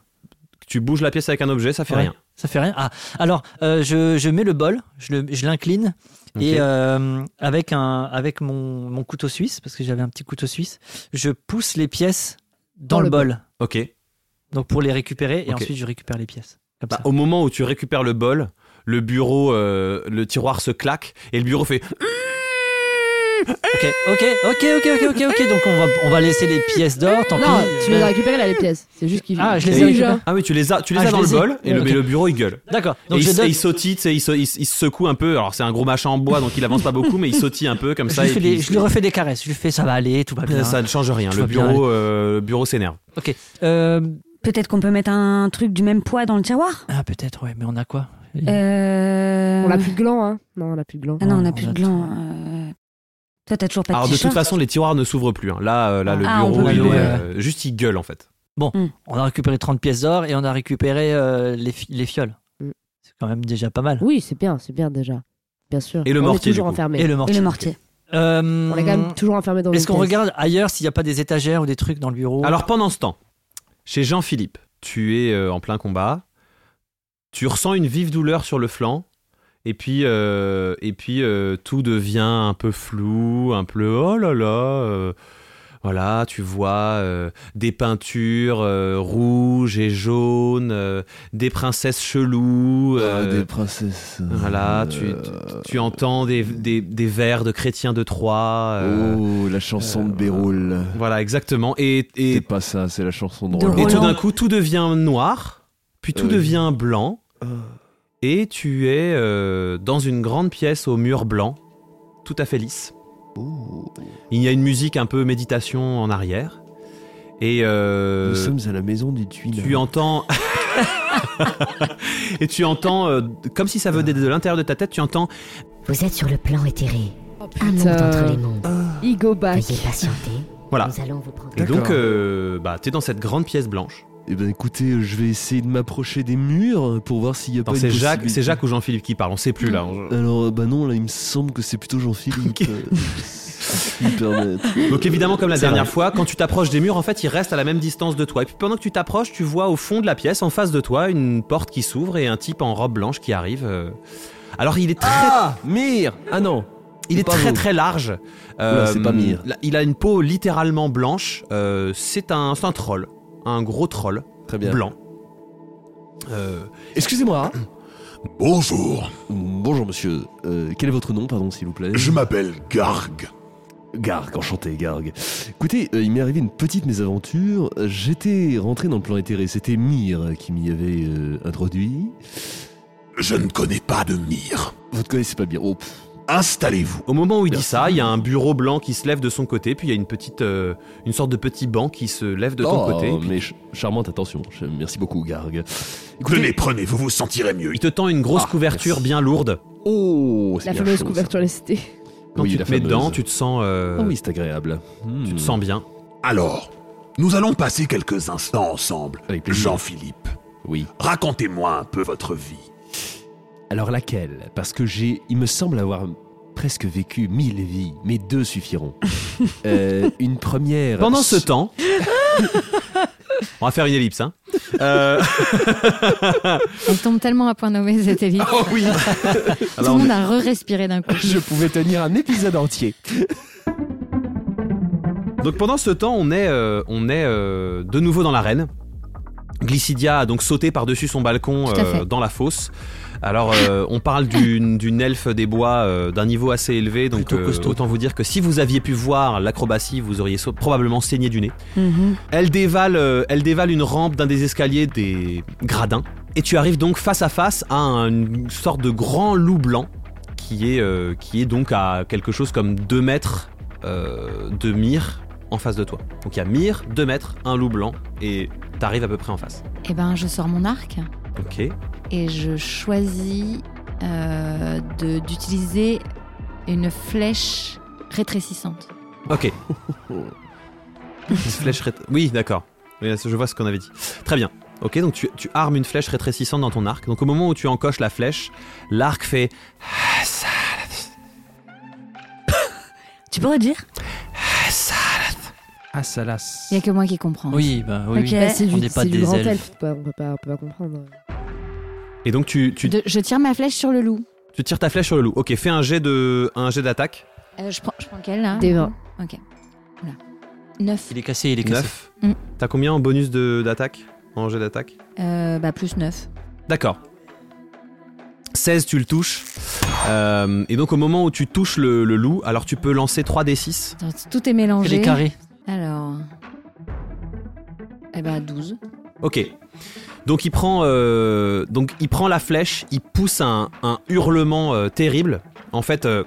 Speaker 1: Tu bouges la pièce avec un objet, ça fait
Speaker 5: Ouais.
Speaker 1: rien.
Speaker 5: Ça fait rien. Ah, alors euh, je, je mets le bol, je le- je l'incline
Speaker 1: Ok.
Speaker 5: et euh, avec un avec mon, mon couteau suisse parce que j'avais un petit couteau suisse, je pousse les pièces dans,
Speaker 2: Dans
Speaker 5: le
Speaker 2: le
Speaker 5: bol.
Speaker 1: Ok.
Speaker 5: Donc pour les récupérer et
Speaker 1: Ok.
Speaker 5: ensuite je récupère les pièces. Comme
Speaker 1: Bah,
Speaker 5: ça.
Speaker 1: au moment où tu récupères le bol, le bureau, euh, le tiroir se claque et le bureau fait.
Speaker 5: Ok, ok, ok, ok, ok, ok, ok. Donc on va, on va laisser les pièces d'or, tant
Speaker 2: Non,
Speaker 5: pis.
Speaker 2: tu les as récupérées là, les pièces. C'est juste qu'ils.
Speaker 5: Ah, je les ai
Speaker 2: Ils
Speaker 5: récupérées.
Speaker 2: jouent.
Speaker 1: Ah oui, tu les as, tu les
Speaker 5: Ah,
Speaker 1: as
Speaker 5: je
Speaker 1: dans
Speaker 5: les
Speaker 1: le
Speaker 5: ai.
Speaker 1: bol et le,
Speaker 5: Ok.
Speaker 1: mais le bureau il gueule.
Speaker 5: D'accord.
Speaker 1: Et
Speaker 5: Donc
Speaker 1: il,
Speaker 5: je
Speaker 1: s-
Speaker 5: donne.
Speaker 1: il sautille, tu sais, il, sa- il s- il se secoue un peu. Alors c'est un gros machin en bois, donc il avance pas beaucoup, mais il sautille un peu comme
Speaker 5: je,
Speaker 1: ça.
Speaker 5: lui
Speaker 1: et
Speaker 5: fais
Speaker 1: puis-
Speaker 5: des- je lui refais des caresses. Je lui fais ça va aller, tout va bien.
Speaker 1: ça ne change rien.
Speaker 5: Tout
Speaker 1: Le
Speaker 5: va bien,
Speaker 1: bureau, euh, le bureau s'énerve.
Speaker 5: Ok. Euh,
Speaker 6: Peut-être qu'on peut mettre un truc du même poids dans le tiroir
Speaker 5: ah peut-être ouais, mais on a quoi
Speaker 6: Euh,
Speaker 2: On a plus de gland, hein. Non, on a plus de gland.
Speaker 6: Ah non, on
Speaker 5: on
Speaker 6: n'a plus
Speaker 5: a
Speaker 6: de
Speaker 5: tout.
Speaker 6: gland. euh, Toi, t'as toujours pas
Speaker 1: Alors
Speaker 6: de
Speaker 1: de toute
Speaker 6: t-shirt
Speaker 1: façon, les tiroirs ne s'ouvrent plus. hein. Là, euh, là, le
Speaker 6: Ah, on
Speaker 1: bureau,
Speaker 6: peut
Speaker 1: il
Speaker 5: plus,
Speaker 1: est,
Speaker 5: ouais.
Speaker 1: euh, juste il gueule en fait.
Speaker 5: On a récupéré 30 pièces d'or et on a récupéré euh, les, fi- les fioles.
Speaker 2: Mm.
Speaker 5: C'est quand même déjà pas mal.
Speaker 2: Oui, c'est bien, c'est bien déjà. Bien sûr.
Speaker 1: Et le
Speaker 2: on
Speaker 1: mortier,
Speaker 2: est toujours
Speaker 1: du coup.
Speaker 2: enfermé.
Speaker 5: Et le
Speaker 6: Et
Speaker 5: mortier.
Speaker 6: le mortier.
Speaker 5: Euh,
Speaker 2: On est quand même toujours enfermé dans.
Speaker 5: Est-ce
Speaker 2: une
Speaker 5: qu'on
Speaker 2: pièce.
Speaker 5: regarde ailleurs s'il n'y a pas des étagères ou des trucs dans le bureau
Speaker 1: Alors pendant ce temps, chez Jean-Philippe, tu es euh, en plein combat, tu ressens une vive douleur sur le flanc, et puis, euh, et puis euh, tout devient un peu flou, un peu oh là là. euh, voilà, tu vois euh, des peintures euh, rouges et jaunes, euh, des princesses cheloues.
Speaker 3: Ah,
Speaker 1: euh,
Speaker 3: princesses. Euh,
Speaker 1: Voilà, tu, tu- tu entends des, des, des vers de chrétiens de Troyes. euh,
Speaker 3: Oh, la chanson de Béroul.
Speaker 1: Voilà, exactement. Et, et-
Speaker 3: C'est pas ça, c'est la chanson de
Speaker 6: De
Speaker 1: et
Speaker 3: Roland.
Speaker 1: tout
Speaker 6: Roland.
Speaker 1: d'un coup, tout devient noir, puis tout
Speaker 3: Euh, oui.
Speaker 1: devient blanc,
Speaker 3: Ah.
Speaker 1: et tu es euh, dans une grande pièce au mur blanc, tout à fait lisse.
Speaker 3: Oh,
Speaker 1: Il y a une musique un peu méditation en arrière. Et euh,
Speaker 3: Nous sommes à la maison du tuile.
Speaker 1: tu entends. et tu entends, euh, comme si ça venait de l'intérieur de ta tête, tu entends
Speaker 8: Vous êtes sur le plan éthéré,
Speaker 2: Oh,
Speaker 8: un monde entre les
Speaker 2: putain. Ah.
Speaker 8: mondes.
Speaker 2: Il go back.
Speaker 8: Veuillez patienter.
Speaker 1: Voilà.
Speaker 8: Nous allons vous prendre.
Speaker 1: Et
Speaker 3: Ah, D'accord.
Speaker 1: donc, euh, bah, t'es dans cette grande pièce blanche.
Speaker 3: Eh ben écoutez, euh, je vais essayer de m'approcher des murs pour voir s'il y a
Speaker 1: Attends,
Speaker 3: pas
Speaker 1: c'est
Speaker 3: une
Speaker 1: Jacques,
Speaker 3: possibilité.
Speaker 1: c'est Jacques ou Jean-Philippe qui parle, on sait plus là. On-
Speaker 3: Alors euh, bah non, là il me semble que c'est plutôt Jean-Philippe. euh, si je puis me permettre.
Speaker 1: Donc évidemment, comme la
Speaker 5: C'est
Speaker 1: dernière
Speaker 5: vrai.
Speaker 1: fois, quand tu t'approches des murs, en fait, ils restent à la même distance de toi. Et puis pendant que tu t'approches, tu vois au fond de la pièce, en face de toi, une porte qui s'ouvre et un type en robe blanche qui arrive. euh. Alors il est très,
Speaker 3: Ah, mire. Ah non.
Speaker 1: il est
Speaker 3: pas
Speaker 1: très
Speaker 3: vous.
Speaker 1: très large.
Speaker 3: c'est pas Mire.
Speaker 1: la- Il a une peau littéralement blanche. Euh, c'est un, c'est un troll, un gros troll
Speaker 3: Très bien.
Speaker 1: blanc. Euh,
Speaker 3: Excusez-moi.
Speaker 9: Bonjour,
Speaker 3: Bonjour monsieur. Euh, quel est votre nom, pardon, s'il vous plaît
Speaker 9: je m'appelle Garg.
Speaker 3: Garg, enchanté Garg. Écoutez, euh, il m'est arrivé une petite mésaventure. Euh, J'étais rentré dans le plan éthéré. C'était Mire qui m'y avait euh, introduit.
Speaker 9: Je ne connais pas de mire.
Speaker 3: Vous ne connaissez pas bien. Oh, pff,
Speaker 9: Installez-vous.
Speaker 1: Au moment où il dit
Speaker 3: Merci.
Speaker 1: ça, il y a un bureau blanc qui se lève de son côté, puis il y a une petite, euh, une sorte de petit banc qui se lève de ton
Speaker 3: oh,
Speaker 1: côté. et puis
Speaker 3: mais ch- charmante attention. Ch- Merci beaucoup, Garg.
Speaker 9: Tenez, prenez, vous vous sentirez mieux.
Speaker 1: Il te tend une grosse
Speaker 3: Ah,
Speaker 1: couverture
Speaker 3: merci.
Speaker 1: bien lourde.
Speaker 3: Oh, c'est
Speaker 2: La
Speaker 3: bien
Speaker 2: fameuse
Speaker 3: chaud,
Speaker 2: couverture lestée.
Speaker 3: ça.
Speaker 1: Quand
Speaker 3: Oui,
Speaker 1: tu
Speaker 3: la
Speaker 1: te mets
Speaker 3: fameuse.
Speaker 1: dedans, tu te sens, euh,
Speaker 3: Ah oui, c'est agréable.
Speaker 1: tu
Speaker 3: Hmm.
Speaker 1: te sens bien.
Speaker 9: Alors, nous allons passer quelques instants ensemble.
Speaker 3: Avec plaisir.
Speaker 9: Jean-Philippe,
Speaker 3: Oui.
Speaker 9: racontez-moi un peu votre vie.
Speaker 3: Alors laquelle Parce que j'ai, il me semble avoir presque vécu mille vies, mais deux suffiront. Euh, une première.
Speaker 1: Pendant ce temps, on va faire une ellipse. Hein. Euh,
Speaker 4: On tombe tellement à point nommé cette élite.
Speaker 3: Oh oui.
Speaker 4: Tout le monde a re-respiré d'un coup.
Speaker 3: Je pouvais tenir un épisode entier.
Speaker 1: donc pendant ce temps, on est, euh, on est euh, de nouveau dans l'arène. Glycidia a donc sauté par-dessus son balcon
Speaker 4: Tout à
Speaker 1: euh,
Speaker 4: fait.
Speaker 1: dans la fosse. Alors, euh, on parle d'une d'une elfe des bois euh, d'un niveau assez élevé, donc
Speaker 5: Plutôt
Speaker 1: euh,
Speaker 5: costaud.
Speaker 1: autant vous dire que si vous aviez pu voir l'acrobatie, vous auriez sau- probablement saigné du nez.
Speaker 6: Mhm.
Speaker 1: Elle dévale, euh, elle dévale une rampe d'un des escaliers des gradins. Et tu arrives donc face à face à un- une sorte de grand loup blanc qui est, euh, qui est donc à quelque chose comme 2 mètres euh, de mire en face de toi. Donc il y a mire, 2 mètres, un loup blanc et t'arrives à peu près en face.
Speaker 4: Eh ben, je sors mon arc
Speaker 1: Ok.
Speaker 4: et je choisis euh, de- d'utiliser une flèche rétrécissante.
Speaker 1: Ok. Une flèche rét- Oui, d'accord. Oui, Je vois ce qu'on avait dit. Très bien. Ok, donc tu, tu armes une flèche rétrécissante dans ton arc. Donc au moment où tu encoches la flèche, l'arc fait
Speaker 6: Tu pourrais dire
Speaker 10: Ah, ça lasse.
Speaker 4: Il n'y a que moi qui comprends.
Speaker 5: Oui, bah oui.
Speaker 6: Ok.
Speaker 2: Bah, c'est
Speaker 5: On
Speaker 2: du,
Speaker 5: n'est pas
Speaker 2: c'est du
Speaker 5: des
Speaker 2: grand
Speaker 5: elfes.
Speaker 2: elfe. quoi, On peut pas, on peut pas comprendre.
Speaker 1: Et donc tu, tu,
Speaker 4: De- je tire ma flèche sur le loup.
Speaker 1: tu tires ta flèche sur le loup. Ok, fais un jet de un jet d'attaque.
Speaker 4: Euh, je, prends, je prends lequel là
Speaker 2: Des vingt.
Speaker 4: Ok. Voilà. 9.
Speaker 5: Il est cassé, il est cassé.
Speaker 1: 9.
Speaker 4: Mm.
Speaker 1: T'as combien en bonus de- d'attaque En jet d'attaque
Speaker 4: bah, Euh, plus 9.
Speaker 1: D'accord. 16, tu le touches. Euh, et donc au moment où tu touches le, le loup, alors tu peux lancer 3d6.
Speaker 4: Attends, Tout est mélangé.
Speaker 1: Elle est carrée.
Speaker 4: Alors. Eh ben, 12.
Speaker 1: Ok. Donc il prend, euh, donc il prend la flèche, il pousse un, un hurlement euh, terrible. En fait, euh,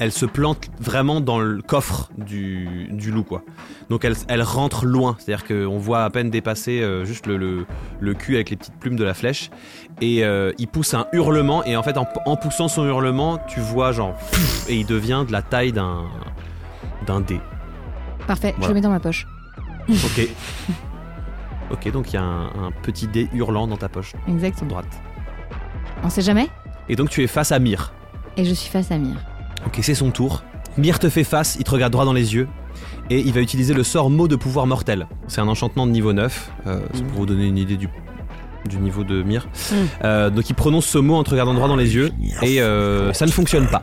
Speaker 1: elle se plante vraiment dans le coffre du, du loup, quoi. Donc elle, elle rentre loin, c'est-à-dire qu'on voit à peine dépasser euh, juste le, le- le cul avec les petites plumes de la flèche. Et euh, il pousse un hurlement, et en fait, en, en poussant son hurlement, tu vois genre, pff, et il devient de la taille d'un d'un dé.
Speaker 4: Parfait, je
Speaker 1: Voilà.
Speaker 4: le mets dans ma poche.
Speaker 1: Ok. ok, donc il y a un, un petit dé hurlant dans ta poche.
Speaker 4: Exactement.
Speaker 1: Droite.
Speaker 4: On sait jamais
Speaker 1: Et donc tu es face à Myr.
Speaker 4: Et je suis face à Mire.
Speaker 1: Ok, c'est son tour. Myr te fait face, il te regarde droit dans les yeux. Et il va utiliser le sort mot de pouvoir mortel. C'est un enchantement de niveau 9. euh, c'est pour vous donner une idée du, du niveau de Myr.
Speaker 2: Mm.
Speaker 1: Euh, donc il prononce ce mot en te regardant droit dans les yeux. Et euh, ça ne fonctionne pas.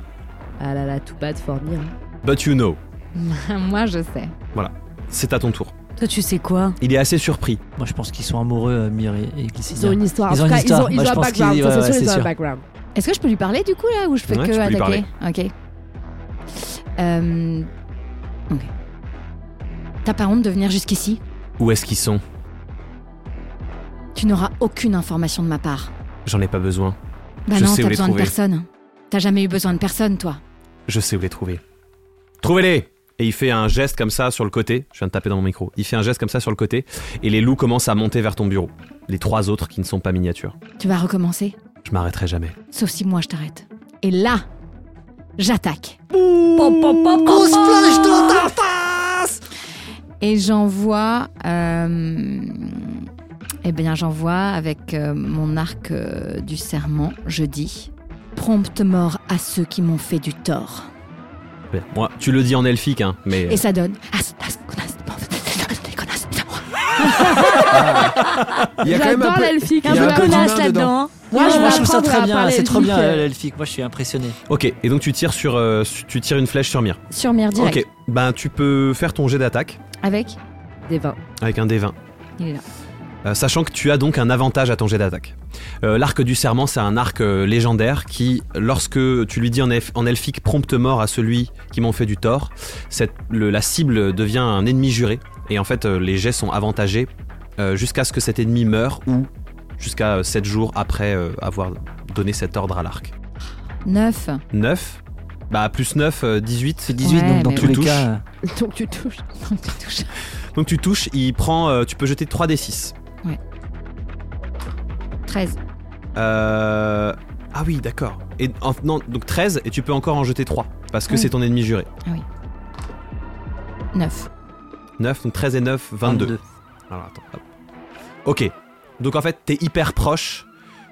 Speaker 2: Ah là là, tout bad for me. hein.
Speaker 1: But you know.
Speaker 4: Moi, je sais.
Speaker 1: Voilà. C'est à ton tour.
Speaker 6: Toi, tu sais quoi
Speaker 1: Il est assez surpris.
Speaker 5: Moi, je pense qu'ils sont amoureux, euh, Myr et, et
Speaker 2: Ils ont une histoire.
Speaker 5: Ils
Speaker 2: En
Speaker 5: ont
Speaker 2: tout
Speaker 5: une
Speaker 2: cas,
Speaker 5: histoire.
Speaker 2: Ils ont,
Speaker 5: Moi,
Speaker 2: ils ont
Speaker 5: je
Speaker 2: un
Speaker 5: pense qu'ils-
Speaker 2: background.
Speaker 5: ouais,
Speaker 2: Ça,
Speaker 5: ouais,
Speaker 2: c'est sûr,
Speaker 5: c'est
Speaker 2: ils ont un
Speaker 5: sûr.
Speaker 2: background.
Speaker 4: Est-ce que je peux lui parler du coup là ou je peux
Speaker 1: Ouais,
Speaker 4: que
Speaker 1: tu peux lui
Speaker 4: attaquer Ok. Euh, Ok. T'as pas honte de venir jusqu'ici
Speaker 1: Où est-ce qu'ils sont
Speaker 4: Tu n'auras aucune information de ma part.
Speaker 1: J'en ai pas besoin.
Speaker 4: Bah
Speaker 1: Je
Speaker 4: non,
Speaker 1: sais où
Speaker 4: t'as
Speaker 1: les
Speaker 4: besoin de
Speaker 1: trouver.
Speaker 4: personne. T'as jamais eu besoin de personne, toi.
Speaker 1: Je sais où les trouver. Trouvez-les Et il fait un geste comme ça sur le côté. Je viens de taper dans mon micro. Il fait un geste comme ça sur le côté. Et les loups commencent à monter vers ton bureau. Les trois autres qui ne sont pas miniatures.
Speaker 4: Tu vas recommencer,
Speaker 1: Je m'arrêterai jamais.
Speaker 4: sauf si moi je t'arrête. Et là, j'attaque.
Speaker 5: Grosse flèche dans ta face
Speaker 4: Et j'envoie. Euh... Eh bien, j'envoie avec euh, mon arc euh, du serment, je dis prompte mort à ceux qui m'ont fait du tort.
Speaker 1: Bien. Moi, tu le dis en elfique, hein, mais.
Speaker 4: Et ça donne. ah,
Speaker 3: Il y a quand même un
Speaker 2: J'adore
Speaker 3: peu-
Speaker 2: l'elfique.
Speaker 3: il y a
Speaker 2: un
Speaker 3: un
Speaker 2: peu
Speaker 3: peu
Speaker 2: connasse
Speaker 3: d'humain dedans.
Speaker 5: Moi,
Speaker 2: Ouais,
Speaker 5: je,
Speaker 2: on va
Speaker 5: trouve ça
Speaker 2: apprendre à
Speaker 5: très bien.
Speaker 2: parler
Speaker 5: C'est trop bien,
Speaker 2: elfique.
Speaker 5: euh, l'elfique. Moi, je suis impressionné.
Speaker 1: euh, Ok, et donc tu tires sur, euh, su- tu tires une flèche sur Mire.
Speaker 4: Sur Mire direct.
Speaker 1: Ok, ben tu peux faire ton jet d'attaque
Speaker 4: Avec.
Speaker 2: Des vins.
Speaker 1: avec un D20.
Speaker 4: Il est là.
Speaker 1: Euh, sachant que tu as donc un avantage à ton jet d'attaque. Euh, l'arc du serment, c'est un arc euh, légendaire qui, lorsque tu lui dis en, elf- en elfique prompte mort à celui qui m'ont fait du tort, cette- le- la cible devient un ennemi juré. Et en fait, euh, les jets sont avantagés euh, jusqu'à ce que cet ennemi meure ou jusqu'à 7 jours après euh, avoir donné cet ordre à l'arc.
Speaker 4: 9.
Speaker 1: 9 Bah, plus 9, 18. C'est
Speaker 5: 18,
Speaker 4: Ouais,
Speaker 5: donc dans
Speaker 4: mais
Speaker 5: tous
Speaker 1: tu
Speaker 5: les
Speaker 1: touches.
Speaker 5: cas. euh,
Speaker 2: Donc tu touches.
Speaker 1: Donc tu touches, il prend, euh, tu peux jeter 3d6.
Speaker 4: 13.
Speaker 1: Euh... Ah oui, d'accord. Et en- non, donc 13 et tu peux encore en jeter 3 parce que
Speaker 4: Oui.
Speaker 1: c'est ton ennemi juré.
Speaker 4: 9.
Speaker 1: 9 donc 13 et 9 22. Alors attends. hop. OK. Donc en fait, t'es hyper proche.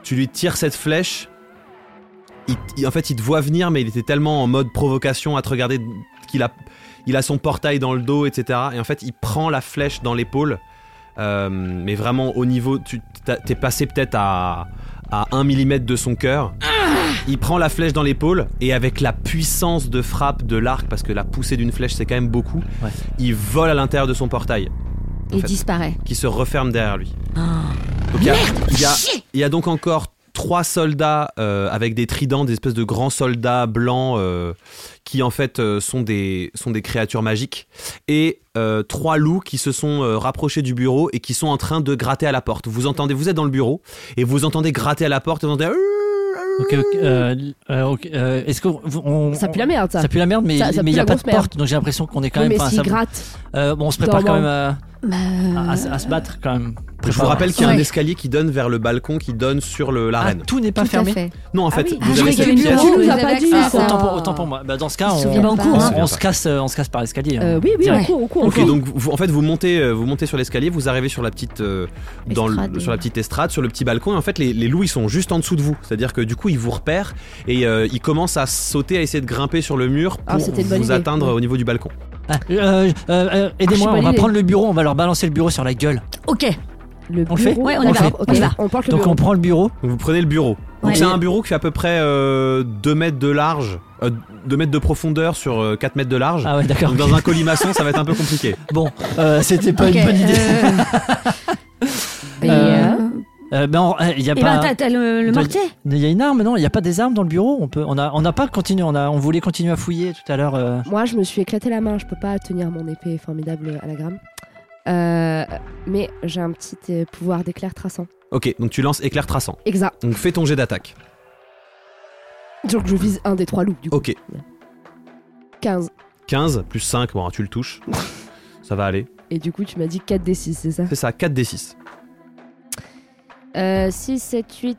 Speaker 1: Tu lui tires cette flèche. Il- il- en fait, il te voit venir, mais il était tellement en mode provocation à te regarder qu'il a, il a son portail dans le dos, etc. Et en fait, il prend la flèche dans l'épaule. Euh, mais vraiment au niveau, tu t'as- t'es passé peut-être à, à 1 mm de son cœur. Il prend la flèche dans l'épaule et avec la puissance de frappe de l'arc, parce que la poussée d'une flèche c'est quand même beaucoup,
Speaker 5: Ouais.
Speaker 1: il vole à l'intérieur de son portail. en
Speaker 4: Il
Speaker 1: fait,
Speaker 4: disparaît.
Speaker 1: Qui se referme derrière lui.
Speaker 6: Ah,
Speaker 1: Donc il y a- il y a- il y a donc encore trois soldats euh, avec des tridents, des espèces de grands soldats blancs euh, qui en fait euh, sont, des, sont des créatures magiques et euh, trois loups qui se sont euh, rapprochés du bureau et qui sont en train de gratter à la porte. Vous entendez, vous êtes dans le bureau et vous entendez gratter à la porte et vous entendez
Speaker 5: Ok, ok, euh, euh, ok, euh, Est-ce qu'on. on-
Speaker 2: Ça pue la merde, ça.
Speaker 5: Ça pue la merde, mais
Speaker 2: Ça- ça
Speaker 5: mais
Speaker 2: pue
Speaker 5: il n'y a
Speaker 2: la
Speaker 5: pas de
Speaker 2: grosse merde.
Speaker 5: porte, donc j'ai l'impression qu'on est quand
Speaker 2: Oui,
Speaker 5: même.
Speaker 2: mais
Speaker 5: enfin,
Speaker 2: s'il
Speaker 5: ça-
Speaker 2: gratte.
Speaker 5: Euh, bon, on se prépare
Speaker 2: Dormant.
Speaker 5: quand même euh,
Speaker 4: Bah,
Speaker 5: à, à se- à se battre quand même.
Speaker 1: Je vous rappelle qu'il y a un
Speaker 4: Ouais.
Speaker 1: escalier qui donne vers le balcon qui donne sur le-
Speaker 5: Ah,
Speaker 1: l'arène.
Speaker 5: tout n'est pas
Speaker 4: tout à
Speaker 5: fermé.
Speaker 4: fait.
Speaker 1: non, en
Speaker 2: Ah
Speaker 1: fait,
Speaker 2: oui.
Speaker 1: vous
Speaker 2: Ah,
Speaker 1: avez
Speaker 2: je
Speaker 1: cette
Speaker 2: rigolais
Speaker 1: pièce.
Speaker 2: bien.
Speaker 5: Ah,
Speaker 2: Ça-
Speaker 5: autant, pour, autant pour moi. Bah, dans ce cas,
Speaker 4: Il se
Speaker 5: on,
Speaker 4: souvient
Speaker 5: on,
Speaker 4: pas. On se
Speaker 1: souvient
Speaker 5: se
Speaker 1: pas.
Speaker 5: casse, euh, on se casse par l'escalier. hein.
Speaker 2: Euh, oui, oui, on
Speaker 5: Direct.
Speaker 2: court, on court. on
Speaker 1: Ok,
Speaker 2: court.
Speaker 1: donc vous- en fait vous montez, euh, vous montez sur l'escalier, vous arrivez sur la petite, euh, dans le-
Speaker 4: Estrade.
Speaker 1: sur la petite estrade, sur le petit balcon. Et en fait, les, les loups ils sont juste en dessous de vous. C'est-à-dire que du coup ils vous repèrent et euh, ils commencent à sauter, à essayer de grimper sur le mur pour
Speaker 2: Ah, c'était une bonne
Speaker 1: vous
Speaker 2: idée.
Speaker 1: atteindre
Speaker 2: Ouais.
Speaker 1: au niveau du balcon.
Speaker 5: Ah, euh, euh, euh,
Speaker 2: Ah,
Speaker 5: Aidez-moi,
Speaker 2: je sais
Speaker 5: on
Speaker 2: pas
Speaker 5: va
Speaker 2: l'idée.
Speaker 5: prendre le bureau, on va leur balancer le bureau sur la gueule.
Speaker 4: Ok.
Speaker 2: Le
Speaker 5: on le fait
Speaker 2: bureau.
Speaker 5: Ouais, on y va,
Speaker 2: Ok,
Speaker 5: on y va.
Speaker 2: On porte le
Speaker 5: Donc on
Speaker 2: bureau.
Speaker 5: prend le bureau.
Speaker 1: Donc vous prenez le bureau. Donc
Speaker 4: Ouais.
Speaker 1: c'est un bureau qui fait à peu près 2 mètres de large, 2 mètres de profondeur sur 4 mètres de large.
Speaker 5: Ah ouais, d'accord.
Speaker 1: Donc dans un colimaçon, ça va être un peu compliqué.
Speaker 5: Bon, euh, c'était pas
Speaker 4: Ok,
Speaker 5: une bonne idée.
Speaker 4: euh,
Speaker 6: Et,
Speaker 5: Euh,
Speaker 6: euh,
Speaker 5: Euh, ben, on- euh, il y a
Speaker 6: Eh
Speaker 5: pas.
Speaker 6: ben, t'as- t'as le- le
Speaker 5: doit-
Speaker 6: mortier.
Speaker 5: Il y a une arme, non Il n'y a pas des armes dans le bureau On peut, on a, on n'a pas continué. On a, on voulait continuer à fouiller tout à l'heure. euh.
Speaker 2: Moi, je me suis éclaté la main, je peux pas tenir mon épée formidable anagramme. Euh, mais j'ai un petit euh, pouvoir d'éclair traçant.
Speaker 1: Ok, donc tu lances éclair traçant.
Speaker 2: Exact.
Speaker 1: Donc fais ton jet d'attaque.
Speaker 2: Donc je vise un des trois loups, du coup.
Speaker 1: Ok,
Speaker 2: 15.
Speaker 1: 15 plus 5, bon, tu le touches. ça va aller.
Speaker 2: Et du coup, tu m'as dit 4 des 6, c'est ça
Speaker 1: C'est ça, 4 des 6.
Speaker 2: euh, 6, 7, 8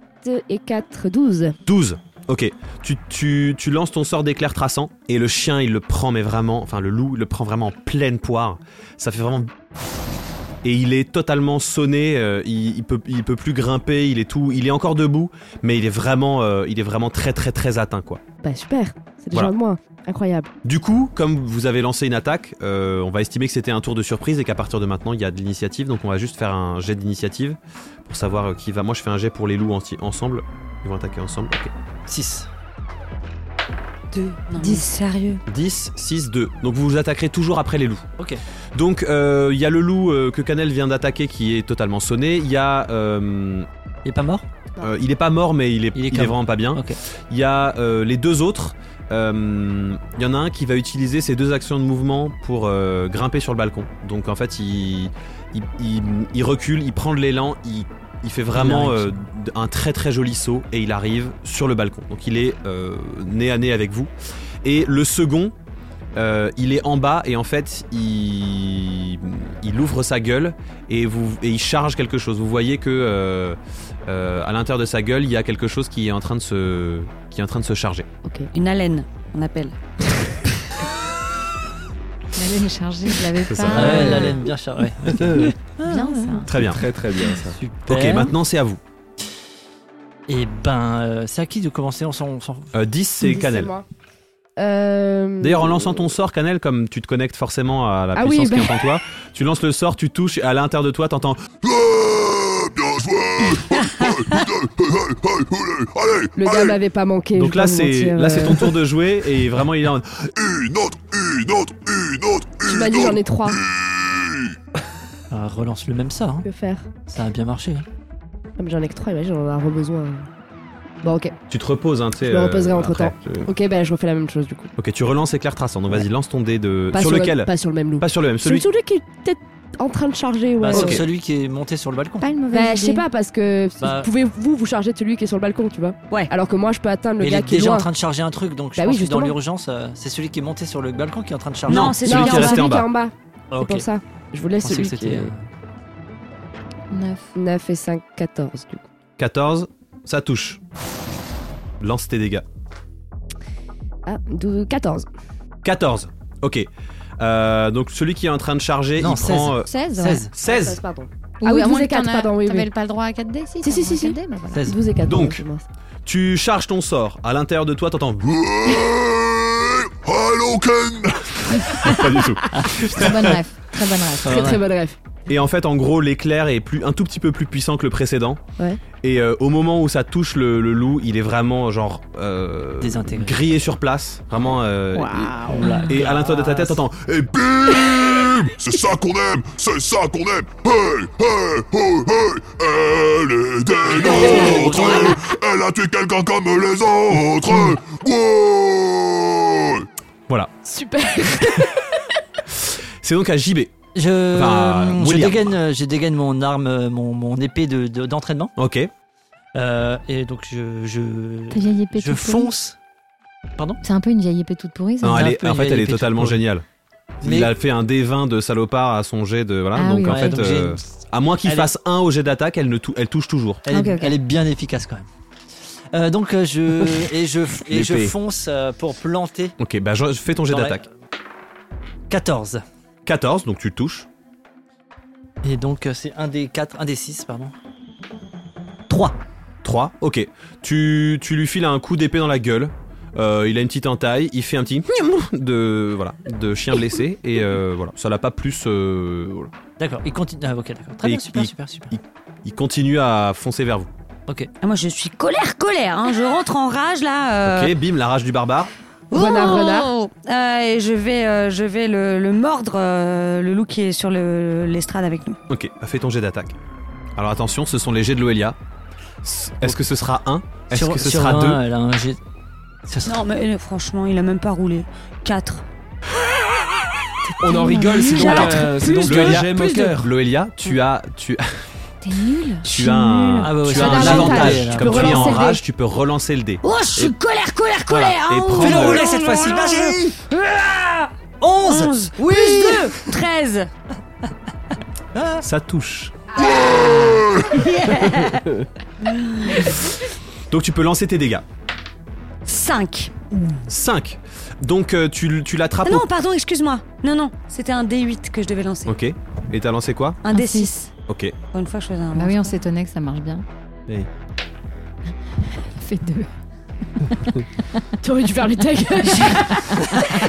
Speaker 2: et 4, 12.
Speaker 1: 12. Ok, tu, tu, tu lances ton sort d'éclair traçant et le chien il le prend, mais vraiment, enfin le loup il le prend vraiment en pleine poire. Ça fait vraiment. Et il est totalement sonné, euh, il, il, peut, il peut plus grimper, il est tout. Il est encore debout, mais il est vraiment, euh, il est vraiment très très très atteint quoi.
Speaker 2: Bah super, c'est déjà
Speaker 1: Voilà.
Speaker 2: de moi. Incroyable.
Speaker 1: Du coup, comme vous avez lancé une attaque, euh, on va estimer que c'était un tour de surprise et qu'à partir de maintenant, il y a de l'initiative. Donc, on va juste faire un jet d'initiative pour savoir euh, qui va. Moi, je fais un jet pour les loups enti- ensemble. Ils vont attaquer ensemble.
Speaker 5: 6.
Speaker 6: 2,
Speaker 2: Dix.
Speaker 6: sérieux.
Speaker 1: 10, 6, 2. Donc, vous vous attaquerez toujours après les loups.
Speaker 5: Ok.
Speaker 1: Donc, euh, il y a le loup euh, que Canel vient d'attaquer qui est totalement sonné. Il y a. euh,
Speaker 5: Il est pas mort
Speaker 1: euh, il est pas mort, mais il est, il
Speaker 5: Il est
Speaker 1: est
Speaker 5: KO.
Speaker 1: vraiment pas bien.
Speaker 5: Ok.
Speaker 1: Il y a euh, les deux autres. Euh, Il y en a un qui va utiliser ses deux actions de mouvement pour euh, grimper sur le balcon. Donc en fait, il, il, il- il recule, il prend de l'élan, il, il fait vraiment
Speaker 5: Il
Speaker 1: euh,
Speaker 5: arrive.
Speaker 1: d- un très très joli saut et il arrive sur le balcon. Donc il est euh, nez à nez avec vous. Et le second, euh, il est en bas et en fait, il, il ouvre sa gueule et, vous, et il charge quelque chose. Vous voyez que euh, euh, à l'intérieur de sa gueule, il y a quelque chose qui est en train de se, qui est en train de se charger.
Speaker 2: Ok.
Speaker 6: Une haleine, on appelle.
Speaker 4: Je l'avais chargé, je l'avais
Speaker 1: C'est
Speaker 4: pas.
Speaker 1: ça.
Speaker 5: Ah ouais, la laine bien chargée. ouais.
Speaker 4: Bien ça.
Speaker 1: Très bien.
Speaker 3: Très très bien ça.
Speaker 5: Super.
Speaker 1: Ok, maintenant c'est à vous.
Speaker 5: Et ben, euh, c'est à qui de commencer On s'en, on s'en-
Speaker 1: Euh, 10, c'est Canel.
Speaker 2: Euh,
Speaker 1: D'ailleurs, en lançant ton sort, Canel, comme tu te connectes forcément à la
Speaker 2: Ah oui,
Speaker 1: puissance qui
Speaker 2: bah.
Speaker 1: est en toi, tu lances le sort, tu touches, et à l'intérieur de toi, t'entends.
Speaker 9: Ah, bien joué Allez,
Speaker 2: Le gars
Speaker 9: allez
Speaker 2: m'avait pas manqué. je
Speaker 1: Donc
Speaker 2: vais
Speaker 1: là,
Speaker 2: pas vous
Speaker 1: c'est
Speaker 2: mentir,
Speaker 1: là, c'est
Speaker 2: euh,
Speaker 1: ton tour de jouer, et vraiment, il est en.
Speaker 9: Une autre, une autre, une autre,
Speaker 2: Tu
Speaker 9: une
Speaker 2: m'as
Speaker 9: autre
Speaker 2: dit j'en ai 3.
Speaker 5: Ah, relance le même ça. hein.
Speaker 2: Que faire
Speaker 5: Ça a bien marché. hein.
Speaker 2: Ah, mais J'en ai que 3, imagine, on en a besoin. Bon, ok.
Speaker 1: Tu te reposes, hein, tu sais.
Speaker 2: Je me reposerai entre-temps.
Speaker 1: après, tu-
Speaker 2: Ok, ben je refais la même chose du coup.
Speaker 1: Ok, tu relances éclair traçant. Donc vas-y, lance ton dé de.
Speaker 2: Pas
Speaker 1: Euh, Sur
Speaker 2: le-
Speaker 1: lequel
Speaker 2: Pas sur le même loup.
Speaker 1: Pas sur le même. Celui.
Speaker 2: Celui... Sur celui qui est peut-être en train de charger, ouais.
Speaker 5: Bah,
Speaker 1: Ok.
Speaker 5: C'est celui qui est monté sur le balcon.
Speaker 4: Pas une mauvaise
Speaker 2: Bah, je sais
Speaker 4: idée.
Speaker 2: pas, parce que
Speaker 5: Bah.
Speaker 2: vous pouvez vous vous charger de celui qui est sur le balcon, tu vois.
Speaker 6: Ouais.
Speaker 2: Alors que moi, je peux atteindre le
Speaker 5: Mais il
Speaker 2: gars
Speaker 5: est
Speaker 2: qui est
Speaker 5: déjà
Speaker 2: loin.
Speaker 5: en train de charger un truc, donc je
Speaker 2: Bah
Speaker 5: pense
Speaker 2: oui,
Speaker 5: que dans
Speaker 2: justement.
Speaker 5: l'urgence, euh, c'est celui qui est monté sur le balcon qui est en train de charger.
Speaker 6: Non, c'est
Speaker 1: celui
Speaker 6: celui
Speaker 1: qui
Speaker 6: en
Speaker 1: est
Speaker 6: bas.
Speaker 1: resté en bas.
Speaker 2: bas.
Speaker 5: Ah,
Speaker 2: C'est
Speaker 5: ok.
Speaker 2: pour ça. Je vous
Speaker 5: Je
Speaker 2: laisse
Speaker 5: pensais que
Speaker 2: celui qui
Speaker 5: c'était.
Speaker 2: est...
Speaker 5: euh,
Speaker 4: 9.
Speaker 1: euh,
Speaker 2: 9 et 5, 14 du coup.
Speaker 1: 14, ça touche. Lance tes dégâts.
Speaker 2: Ah, 12, 14.
Speaker 1: 14. Ok. Euh, donc celui qui est en train de charger,
Speaker 5: Non,
Speaker 1: il prend euh,
Speaker 4: 16 ouais.
Speaker 5: 16.
Speaker 1: 16.
Speaker 2: pardon.
Speaker 4: à
Speaker 2: Ah oui,
Speaker 4: moins
Speaker 2: 12 et
Speaker 4: que t'en
Speaker 2: 4,
Speaker 4: as-
Speaker 2: pardon, oui,
Speaker 4: T'avais
Speaker 2: oui.
Speaker 4: pas le droit à 4D
Speaker 2: Si, si,
Speaker 4: Si, t'as
Speaker 2: si,
Speaker 4: le
Speaker 2: si.
Speaker 4: droit à 4D, bah voilà.
Speaker 5: 16.
Speaker 2: 12 et 14.
Speaker 1: Donc.
Speaker 2: c'est moi.
Speaker 1: Tu charges ton sort. À l'intérieur de toi, t'entends.
Speaker 9: Ouais, Allô, Ken
Speaker 1: Pas du tout.
Speaker 4: Très bonne ref. Très bonne ref.
Speaker 5: Ah,
Speaker 2: Très très
Speaker 5: ouais.
Speaker 2: bonne ref.
Speaker 1: Et en fait, en gros, l'éclair est plus, un tout petit peu plus puissant que le précédent.
Speaker 2: Ouais.
Speaker 1: Et euh, au moment où ça touche le, le loup, il est vraiment genre euh,
Speaker 5: Désintégré.
Speaker 1: grillé sur place. Vraiment. euh,
Speaker 5: Waouh, la
Speaker 1: et, et à l'intérieur de ta tête,
Speaker 5: classe.
Speaker 1: t'entends.
Speaker 9: Et bim C'est ça qu'on aime C'est ça qu'on aime Hey, hey, oh, hey Elle est des nôtres Elle a tué quelqu'un comme les autres Ouais
Speaker 1: Voilà.
Speaker 2: Super.
Speaker 1: C'est donc à JB.
Speaker 5: Je,
Speaker 1: Bah,
Speaker 5: je,
Speaker 1: William.
Speaker 5: dégaine, euh, je dégaine mon arme, euh, mon, mon épée de- de- d'entraînement.
Speaker 1: Ok.
Speaker 5: Euh, et donc je, je,
Speaker 4: Ta vieille épée
Speaker 5: je
Speaker 4: toute pourrie.
Speaker 5: fonce. Pardon
Speaker 4: C'est un peu une vieille épée toute pourrie, ça.
Speaker 1: Non,
Speaker 5: un
Speaker 1: elle est,
Speaker 5: peu
Speaker 1: en
Speaker 5: une
Speaker 1: fait, elle
Speaker 5: vieille
Speaker 1: est
Speaker 5: pétouille,
Speaker 1: totalement
Speaker 5: quoi.
Speaker 1: géniale.
Speaker 5: Mais-
Speaker 1: Il a fait un D20 de salopard à son jet de. Voilà.
Speaker 4: Ah
Speaker 1: donc
Speaker 4: oui,
Speaker 1: en
Speaker 5: Ouais,
Speaker 1: fait.
Speaker 5: donc j'ai
Speaker 1: euh,
Speaker 5: une-
Speaker 1: À moins qu'il
Speaker 5: Elle
Speaker 1: fasse un au jet d'attaque, elle, ne tou- elle touche toujours.
Speaker 5: elle,
Speaker 4: Ok,
Speaker 5: est,
Speaker 4: ok.
Speaker 5: elle est bien efficace quand même. Euh, donc euh, je et je et je
Speaker 1: L'épée.
Speaker 5: fonce euh, pour planter.
Speaker 1: Ok, bah je- fais ton jet
Speaker 5: dans la-
Speaker 1: d'attaque.
Speaker 5: 14.
Speaker 1: 14, donc tu touches.
Speaker 5: Et donc euh, c'est un des 4, un des 6 pardon. 3.
Speaker 1: 3, ok. Tu, tu lui files un coup d'épée dans la gueule. Euh, il a une petite entaille, il fait un petit de voilà de chien blessé et euh, voilà ça l'a pas plus euh, voilà.
Speaker 5: D'accord, il continue. Ah, ok, d'accord. Très
Speaker 1: Et
Speaker 5: bien, super,
Speaker 1: il-
Speaker 5: super, super.
Speaker 1: il continue à foncer vers vous
Speaker 6: Ah, moi, je suis colère, colère. hein. Je rentre en rage là. euh,
Speaker 1: ok bim la rage du barbare
Speaker 2: Renard,
Speaker 6: Oh
Speaker 2: renard.
Speaker 6: Euh, et je vais, euh, je vais le, le mordre, euh, le loup qui est sur le- l'estrade avec nous.
Speaker 1: ok fais ton jet d'attaque Alors attention, ce sont les jets de Loelia. S- Est-ce que ce sera 1 Est-ce
Speaker 5: Sur-
Speaker 1: que ce
Speaker 5: sur
Speaker 1: sera
Speaker 5: un,
Speaker 1: 2
Speaker 5: elle a un jet- Ce sera-
Speaker 6: Non, mais euh, franchement, il a même pas roulé. 4.
Speaker 3: On en rigole, c'est donc,
Speaker 6: Quatre.
Speaker 3: euh, c'est donc
Speaker 6: Plus
Speaker 3: le
Speaker 6: de-
Speaker 3: j'aime au
Speaker 6: plus de-
Speaker 3: cœur.
Speaker 1: Loelia, tu as tu
Speaker 4: T'es nul.
Speaker 1: tu as un,
Speaker 5: Ah bah ouais,
Speaker 1: tu
Speaker 5: c'est
Speaker 1: as
Speaker 5: un
Speaker 1: un
Speaker 5: avantage.
Speaker 1: avantage.
Speaker 5: Tu
Speaker 1: Comme tu
Speaker 5: peux
Speaker 1: es en
Speaker 5: relancer le dé.
Speaker 1: rage, tu peux relancer le dé.
Speaker 4: Oh, je suis
Speaker 1: Et-
Speaker 4: colère, colère,
Speaker 1: voilà,
Speaker 4: colère
Speaker 1: et
Speaker 4: hein.
Speaker 1: prendre-
Speaker 5: Fais-le rouler cette fois-ci, vas-y 11 Oui
Speaker 6: 2 13
Speaker 1: Ça touche. Donc tu peux lancer tes dégâts.
Speaker 6: 5
Speaker 1: 5. Donc euh, tu, l- tu l'attrapes.
Speaker 6: Non,
Speaker 1: au-
Speaker 6: pardon, excuse-moi. Non, non, c'était un D8 que je devais lancer.
Speaker 1: Ok. Et t'as lancé quoi
Speaker 6: Un
Speaker 4: Un
Speaker 6: D6.
Speaker 1: Ok.
Speaker 6: Encore une fois, je faisais un.
Speaker 4: Ah, Bah oui, on s'étonnait que ça marche bien. On fait deux.
Speaker 2: T'aurais dû faire les tags.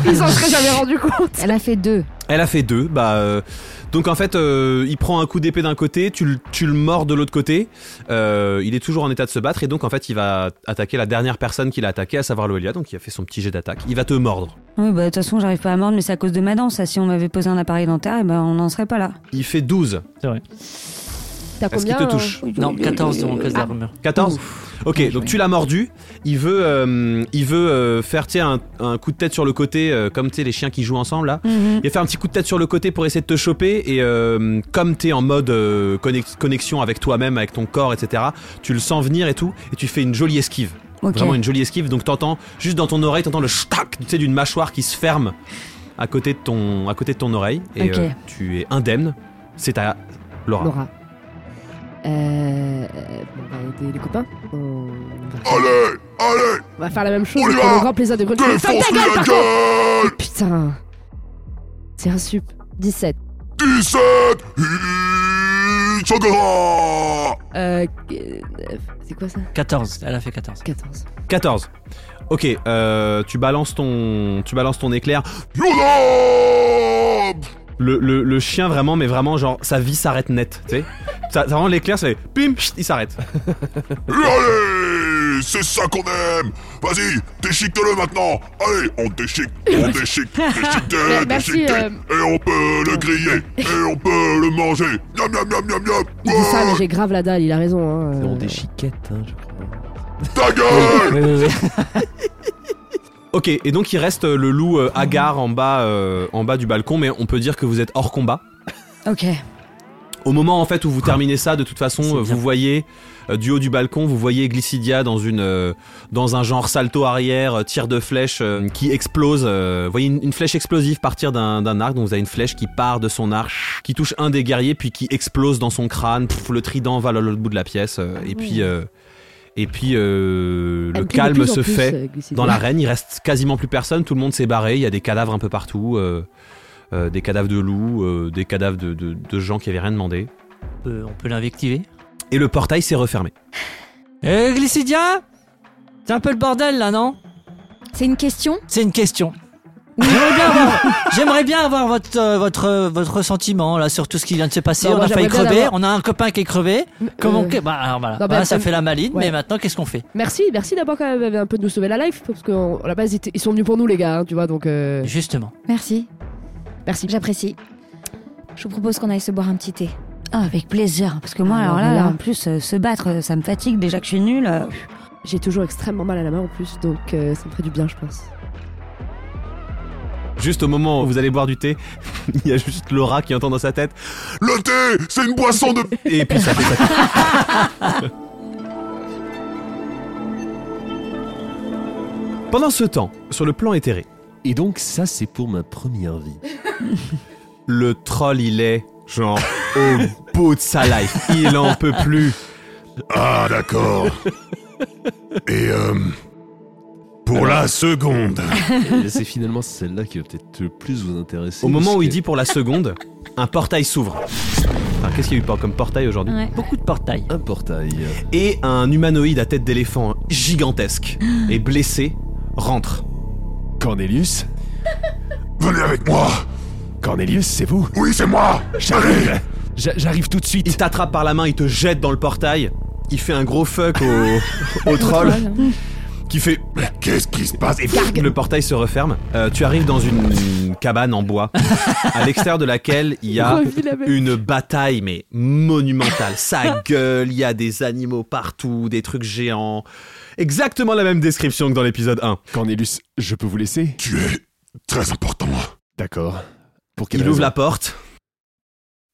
Speaker 2: Ils s'en seraient jamais rendu compte.
Speaker 4: Elle a fait deux.
Speaker 1: Elle a fait 2. Bah, euh, donc en fait, euh, il prend un coup d'épée d'un côté, tu, le- tu le mords de l'autre côté. Euh, il est toujours en état de se battre et donc en fait, il va attaquer la dernière personne qu'il a attaquée, à savoir Loelia. Donc il a fait son petit jet d'attaque. Il va te mordre.
Speaker 6: Oui, bah de toute façon, j'arrive pas à mordre, mais c'est à cause de ma danse. ça. Si on m'avait posé un appareil dentaire, eh ben, on n'en serait pas là.
Speaker 1: Il fait 12.
Speaker 2: T'as
Speaker 1: Est-ce qu'il
Speaker 2: combien
Speaker 1: te
Speaker 2: euh,
Speaker 1: touche
Speaker 5: Non, 14 donc, cause de la rumeur.
Speaker 1: 14 Ok,
Speaker 4: Bien
Speaker 1: donc
Speaker 4: joué.
Speaker 1: tu l'as mordu. Il veut, euh, il veut euh, faire tiens, un, un coup de tête sur le côté, euh, comme tu sais, les chiens qui jouent ensemble là.
Speaker 6: Mhm.
Speaker 1: Il va faire un petit coup de tête sur le côté pour essayer de te choper et euh, comme t'es en mode euh, connex- connexion avec toi-même, avec ton corps, etc., tu le sens venir et tout, et tu fais une jolie esquive.
Speaker 6: Ok.
Speaker 1: Vraiment une jolie esquive, donc t'entends, juste dans ton oreille, t'entends le stac, tu sais, d'une mâchoire qui se ferme à côté de ton, à côté de ton oreille, et
Speaker 6: Ok.
Speaker 1: euh, tu es indemne, c'est à Laura.
Speaker 2: Laura. Euh, bon, on va aider les copains. On va-
Speaker 9: Allez, allez,
Speaker 2: on va faire la même chose.
Speaker 9: Oh On y
Speaker 2: et
Speaker 9: va
Speaker 2: prendre le grand plaisir de grogner. Ferme ta
Speaker 9: défonce-lui
Speaker 2: gueule,
Speaker 9: la
Speaker 2: par contre
Speaker 9: gueule
Speaker 2: Putain. C'est un sup. 17.
Speaker 9: 17 Hitchhogara
Speaker 2: Euh, euh, c'est quoi ça
Speaker 5: 14, elle a fait 14.
Speaker 2: 14.
Speaker 1: 14. Ok, euh, tu balances ton, tu balances ton éclair.
Speaker 9: Yoda
Speaker 1: Le, le- le chien vraiment, mais vraiment genre sa vie s'arrête net. Tu sais, ça, ça, vraiment l'éclair, ça fait pim, chut, il s'arrête.
Speaker 9: Et allez C'est ça qu'on aime Vas-y, déchiquete-le maintenant Allez, on déchique, on déchique, déchiqueté,
Speaker 2: Merci,
Speaker 9: déchiqueté
Speaker 2: euh.
Speaker 9: Et on peut le griller, et on peut le manger Miam, miam, miam, miam, miam
Speaker 2: Il dit ça, mais j'ai grave la dalle, il a raison. Hein.
Speaker 11: On
Speaker 2: Euh,
Speaker 11: déchiquette, hein, je crois.
Speaker 9: Oh, Ta
Speaker 4: Ah.
Speaker 9: gueule
Speaker 1: Ok, et donc il reste euh, le loup euh, hagard en bas, euh, en bas du balcon, mais on peut dire que vous êtes hors combat.
Speaker 6: Ok.
Speaker 1: Au moment en fait
Speaker 2: Ah.
Speaker 1: où vous terminez ça, de toute façon,
Speaker 5: C'est
Speaker 1: euh,
Speaker 5: bien.
Speaker 1: vous voyez euh, du haut du balcon, vous voyez Glycidia dans une, euh, dans un genre salto arrière, euh, tir de flèche euh, qui explose. euh, vous voyez une, une flèche explosive partir d'un d'un arc, donc vous avez une flèche qui part de son arc, qui touche un des guerriers, puis qui explose dans son crâne. Pff, le trident va à l'autre bout de la pièce, euh, et puis, euh, et puis euh,
Speaker 2: Ah elle
Speaker 1: le
Speaker 2: brille de plus
Speaker 1: calme
Speaker 2: en
Speaker 1: se
Speaker 2: plus,
Speaker 1: fait.
Speaker 2: euh, Glycine.
Speaker 1: Dans l'arène, il reste quasiment plus personne, tout le monde s'est barré, il y a des cadavres un peu partout, euh, euh, des cadavres de loups, euh, des cadavres de, de- de gens qui avaient rien demandé.
Speaker 5: On peut- on peut l'invectiver.
Speaker 1: Et le portail s'est refermé.
Speaker 5: Euh, Glycidia C'est un peu le bordel là, non
Speaker 4: C'est une question
Speaker 5: C'est une question. J'aimerais bien avoir, j'aimerais bien avoir votre, euh, votre, euh, votre sentiment là, sur tout ce qui vient de se passer.
Speaker 2: Non,
Speaker 5: on
Speaker 2: moi,
Speaker 5: a failli
Speaker 2: j'aimerais bien
Speaker 5: crever,
Speaker 2: l'avoir.
Speaker 5: on a un copain qui est crevé. Comment
Speaker 2: Euh,
Speaker 5: que- bah, alors, voilà.
Speaker 2: non,
Speaker 5: Voilà,
Speaker 2: bah,
Speaker 5: ça
Speaker 2: euh,
Speaker 5: fait la maline,
Speaker 2: ouais.
Speaker 5: mais maintenant qu'est-ce qu'on fait
Speaker 2: Merci, merci d'abord quand même un peu de nous sauver la life, parce qu'à la base ils, étaient- ils sont venus pour nous les gars, hein, tu vois, donc euh,
Speaker 5: Justement.
Speaker 4: Merci,
Speaker 2: merci.
Speaker 4: j'apprécie. Je vous propose qu'on aille se boire un petit thé.
Speaker 6: Ah, avec plaisir, parce que moi,
Speaker 2: Ah,
Speaker 6: alors là,
Speaker 2: voilà.
Speaker 6: en plus, euh, se battre, euh, ça me fatigue déjà que je suis nulle. euh,
Speaker 2: J'ai toujours extrêmement mal à la main en plus, donc euh, ça me ferait du bien, je pense.
Speaker 1: Juste au moment où vous allez boire du thé, il y a juste Laura qui entend dans sa tête,
Speaker 9: Le thé, c'est une boisson de...
Speaker 1: et puis ça fait ça. Pendant ce temps, sur le plan éthéré,
Speaker 11: Et donc, ça, c'est pour ma première vie.
Speaker 1: le troll il est genre au bout de sa life, il en peut plus.
Speaker 9: Ah, d'accord Et euh... Pour la seconde
Speaker 11: Et c'est finalement celle-là qui va peut-être le plus vous intéresser.
Speaker 1: Au moment
Speaker 11: parce
Speaker 1: où il
Speaker 11: que-
Speaker 1: dit pour la seconde, un portail s'ouvre. Alors, Qu'est-ce qu'il y a eu comme portail aujourd'hui
Speaker 5: Beaucoup de portails.
Speaker 2: Ah,
Speaker 11: Un portail.
Speaker 1: Et un humanoïde à tête d'éléphant gigantesque et blessé rentre.
Speaker 11: Cornelius
Speaker 9: Venez avec moi
Speaker 11: Cornelius, c'est vous
Speaker 9: Oui, c'est moi Allez
Speaker 11: J'a- J'arrive tout de
Speaker 1: Il
Speaker 11: suite.
Speaker 1: t'attrape par la main, il te jette dans le portail. Il fait un gros fuck au, au troll. qui fait
Speaker 9: Qu'est-ce qui se passe
Speaker 1: Et le portail se referme. Euh, tu arrives dans une, une cabane en bois, à l'extérieur de laquelle il y
Speaker 3: Ah,
Speaker 1: a
Speaker 2: Revue la même.
Speaker 1: une bataille, mais monumentale. Ça gueule, il y a des animaux partout, des trucs géants. Exactement la même description que dans l'épisode 1.
Speaker 3: Cornelius, je peux vous laisser
Speaker 9: Tu es très important.
Speaker 3: D'accord. Pour quelle
Speaker 1: Il ouvre
Speaker 3: raison
Speaker 1: la porte,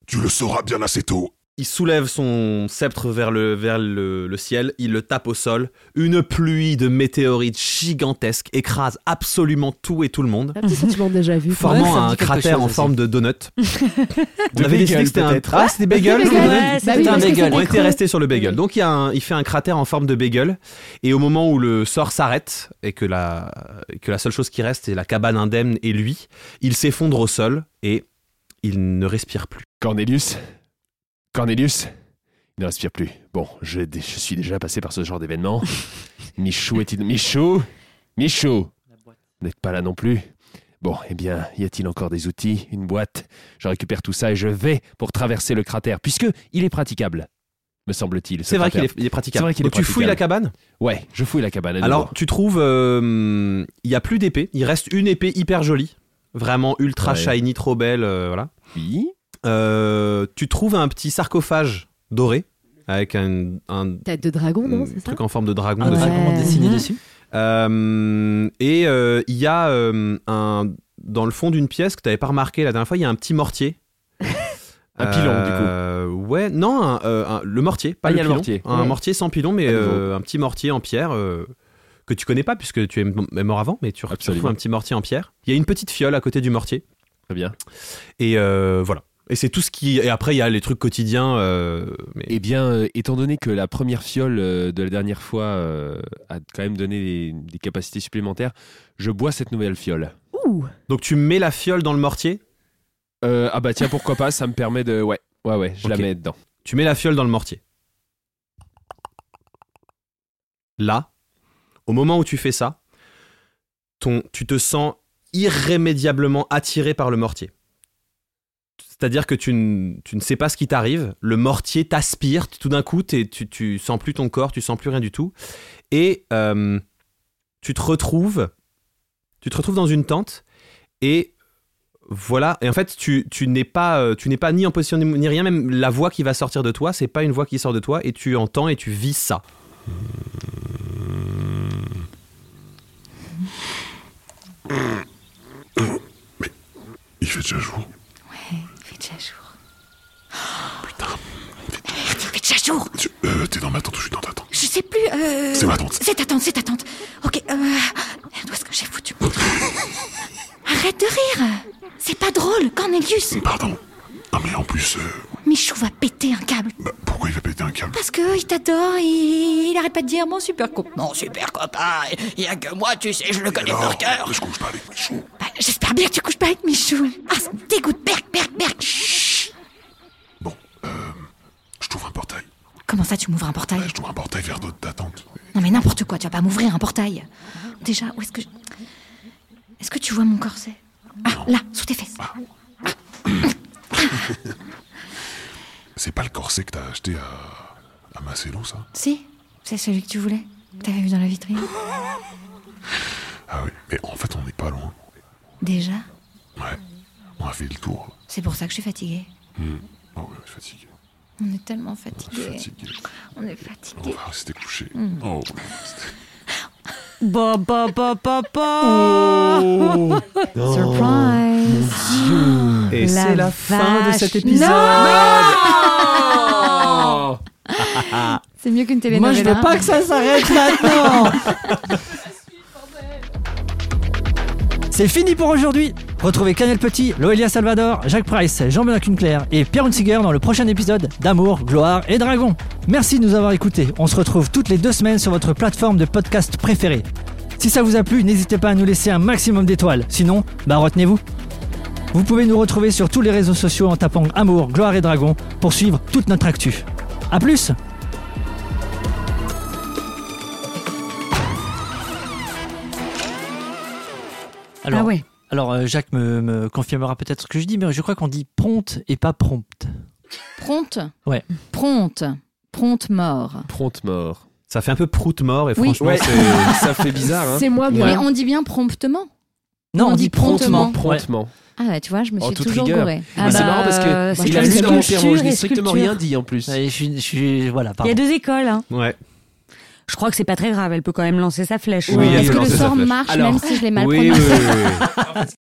Speaker 9: Tu le sauras bien assez tôt.
Speaker 1: il soulève son sceptre vers, le, vers le, le ciel, il le tape au sol. Une pluie de météorites gigantesques écrase absolument tout et tout le monde.
Speaker 2: Un petit sentiment de déjà vu.
Speaker 1: formant
Speaker 5: ça me dit
Speaker 1: un
Speaker 5: quelque
Speaker 1: cratère
Speaker 5: chose
Speaker 1: en
Speaker 5: aussi.
Speaker 1: forme de donut. On
Speaker 3: De
Speaker 1: avait décidé
Speaker 3: bagel,
Speaker 1: que c'était un...
Speaker 3: peut-être.
Speaker 1: Ah, c'était bagel
Speaker 2: Des bagels.
Speaker 1: on avait-
Speaker 6: Ouais,
Speaker 2: Bah
Speaker 6: c'est
Speaker 2: oui,
Speaker 5: un
Speaker 2: parce que
Speaker 5: bagel.
Speaker 2: c'est des
Speaker 1: On était
Speaker 2: creux.
Speaker 1: resté sur le bagel. Donc il, y a un- il fait un cratère en forme de bagel. Et au moment où le sort s'arrête et que la, et que la seule chose qui reste est la cabane indemne et lui, il s'effondre au sol et il ne respire plus.
Speaker 3: Cornelius Cornelius Il ne respire plus. Bon, je, dé- je suis déjà passé par ce genre d'événement. Michou est-il. Michou Michou Vous n'êtes pas là non plus. Bon, eh bien, y a-t-il encore des outils Une boîte Je récupère tout ça et je vais pour traverser le cratère, puisque il est praticable, me semble-t-il. ce
Speaker 1: C'est vrai qu'il
Speaker 3: cratère.
Speaker 1: est, il est praticable.
Speaker 3: C'est vrai qu'il est
Speaker 1: Donc tu fouilles
Speaker 3: praticable.
Speaker 1: la cabane
Speaker 3: Ouais, je fouille la cabane. à nouveau.
Speaker 1: Alors, tu trouves. euh, Il y a plus d'épée. Il reste une épée hyper jolie. Vraiment ultra
Speaker 3: Ouais.
Speaker 1: shiny, trop belle. euh, voilà.
Speaker 3: oui.
Speaker 1: Euh, tu trouves un petit sarcophage doré avec un, un-
Speaker 2: Tête de dragon,
Speaker 3: Euh,
Speaker 2: non
Speaker 1: un
Speaker 2: C'est ça
Speaker 1: truc en forme de dragon
Speaker 5: Un
Speaker 1: dessus.
Speaker 5: dragon
Speaker 2: Ouais.
Speaker 5: dessiné
Speaker 2: Mhm.
Speaker 5: dessus.
Speaker 1: Euh, et euh, il y a euh, un dans le fond d'une pièce que tu n'avais pas remarqué la dernière fois, il y a un petit mortier.
Speaker 3: Un pilon,
Speaker 1: du coup. Ouais, non, un- euh, un- le mortier, pas
Speaker 3: Ah, il
Speaker 1: le
Speaker 3: y a le
Speaker 1: pilon.
Speaker 3: mortier.
Speaker 1: Un
Speaker 3: Ouais.
Speaker 1: mortier sans pilon, mais
Speaker 3: À nouveau.
Speaker 1: euh, un petit mortier en pierre euh, que tu connais pas puisque tu es m- mort avant, mais tu re- tu
Speaker 3: Absolument.
Speaker 1: retrouves un petit mortier en pierre. Il y a une petite fiole à côté du mortier.
Speaker 3: Très bien.
Speaker 1: Et euh, voilà. Et c'est tout ce qui. Et après, il y a les trucs quotidiens. euh, mais...
Speaker 3: Eh bien, euh, étant donné que la première fiole euh, de la dernière fois euh, a quand même donné des, des capacités supplémentaires, je bois cette nouvelle fiole.
Speaker 2: Ouh
Speaker 1: Donc, tu mets la fiole dans le mortier.
Speaker 3: Euh, ah bah tiens, pourquoi pas, ça me permet de... Ouais, ouais, ouais, je la
Speaker 1: Ok.
Speaker 3: mets dedans.
Speaker 1: Tu mets la fiole dans le mortier. Là, au moment où tu fais ça, ton, tu te sens irrémédiablement attiré par le mortier. C'est-à-dire que tu, ne- tu ne sais pas ce qui t'arrive, le mortier t'aspire, tout d'un coup t'es- tu, tu sens plus ton corps, tu sens plus rien du tout, et euh, tu te retrouves, tu te retrouves dans une tente, et voilà. Et en fait, tu, tu n'es pas, euh, tu n'es pas ni en position ni, ni rien. Même la voix qui va sortir de toi, c'est pas une voix qui sort de toi, et tu entends et tu vis ça.
Speaker 9: Il fait déjà jour.
Speaker 4: Il fait déjà jour. Putain. Il fait déjà jour.
Speaker 9: Tu- euh, T'es dans ma tente ou je suis dans ta tente
Speaker 4: Je sais plus. euh,
Speaker 9: C'est ma tante.
Speaker 4: C'est ta tante, c'est ta tante. Ok, euh... Où est-ce que j'ai foutu mon truc Arrête de rire C'est pas drôle, Cornelius
Speaker 9: Pardon. Ah mais en plus, euh,
Speaker 4: Michou va péter un câble.
Speaker 9: bah, pourquoi il va péter un câble
Speaker 4: Parce que il t'adore, il... il arrête pas de dire mon super copain. Mon super copain, il y a que moi, tu sais, je le connais
Speaker 9: Alors, je couche pas avec Michou.
Speaker 4: bah, J'espère bien que tu couches pas avec Michou. Ah, ça me dégoûte. Berk, berk, berk. Chut.
Speaker 9: Bon, euh, je trouve un portail.
Speaker 4: Comment ça, tu m'ouvres un portail
Speaker 9: Je trouve un portail vers d'autres ta tante.
Speaker 4: Non mais n'importe quoi, tu vas pas m'ouvrir un portail. Déjà, où est-ce que je... Est-ce que tu vois mon corset Ah, là, sous tes fesses.
Speaker 9: C'est pas le corset que t'as acheté à, à Macélo, ça
Speaker 4: Si, c'est celui que tu voulais. que T'avais vu dans la vitrine.
Speaker 9: Ah oui, mais en fait, on n'est pas loin.
Speaker 4: Déjà,
Speaker 9: Ouais, on a fait le tour.
Speaker 4: c'est pour ça que je suis fatiguée.
Speaker 9: Oh ouais, je suis fatigué.
Speaker 4: On est tellement
Speaker 9: Je suis
Speaker 4: fatigués.
Speaker 9: fatigué.
Speaker 4: On est
Speaker 9: On
Speaker 4: fatigués.
Speaker 9: va rester couché. Oh,
Speaker 6: Ba, ba, ba, ba, ba.
Speaker 7: Surprise
Speaker 1: Et
Speaker 7: La
Speaker 1: c'est la fin de
Speaker 7: vache.
Speaker 1: cet épisode.
Speaker 7: C'est mieux qu'une
Speaker 5: Moi,
Speaker 7: télénovela.
Speaker 5: je veux pas que ça s'arrête maintenant. C'est fini pour aujourd'hui. Retrouvez Canel Petit, Loelia Salvador, Jacques Price, Jean-Benoît Kunkler et Pierre Hunziger dans le prochain épisode d'Amour, Gloire et Dragon. Merci de nous avoir écoutés. On se retrouve toutes les deux semaines sur votre plateforme de podcast préférée. Si ça vous a plu, n'hésitez pas à nous laisser un maximum d'étoiles. Sinon, bah retenez-vous. Vous pouvez nous retrouver sur tous les réseaux sociaux en tapant Amour, Gloire et Dragon pour suivre toute notre actu. A plus Alors,
Speaker 6: Ah ouais.
Speaker 5: alors euh, Jacques me, me confirmera peut-être ce que je dis, mais je crois qu'on dit prompte et pas prompte.
Speaker 4: Prompte
Speaker 5: Ouais.
Speaker 4: Prompte. Prompte mort.
Speaker 3: Prompte mort.
Speaker 1: Ça fait un peu prout mort et franchement,
Speaker 3: Ouais,
Speaker 1: c'est.
Speaker 3: ça fait bizarre. Hein.
Speaker 2: C'est moi,
Speaker 4: Mais
Speaker 2: bien.
Speaker 4: on dit bien promptement.
Speaker 5: Non,
Speaker 4: On
Speaker 5: on
Speaker 4: dit
Speaker 5: dit promptement.
Speaker 3: Promptement.
Speaker 4: Ah ouais, tu vois, je me
Speaker 3: En
Speaker 4: suis
Speaker 3: toute
Speaker 4: toujours
Speaker 3: rigueur.
Speaker 4: gourée.
Speaker 3: Oh, Mais c'est marrant parce
Speaker 6: euh,
Speaker 3: que
Speaker 6: c'est
Speaker 3: il a
Speaker 6: comme
Speaker 3: lu dans mon
Speaker 6: sculpture
Speaker 3: cerveau, je n'ai
Speaker 6: et
Speaker 3: strictement
Speaker 6: sculpture.
Speaker 3: rien dit en plus.
Speaker 5: Ouais, Je suis, je suis- voilà,
Speaker 6: Il y
Speaker 5: pardon.
Speaker 6: a deux écoles. hein.
Speaker 1: Ouais.
Speaker 6: Je crois que c'est pas très grave. Elle peut quand même lancer sa flèche.
Speaker 1: Oui,
Speaker 6: Ouais.
Speaker 1: elle
Speaker 4: Est-ce
Speaker 1: peut
Speaker 4: que le
Speaker 1: lancer sa
Speaker 4: sort
Speaker 1: flèche.
Speaker 4: marche
Speaker 3: Alors,
Speaker 4: même si je l'ai mal
Speaker 1: oui, oui,
Speaker 4: prononcé
Speaker 1: oui, oui.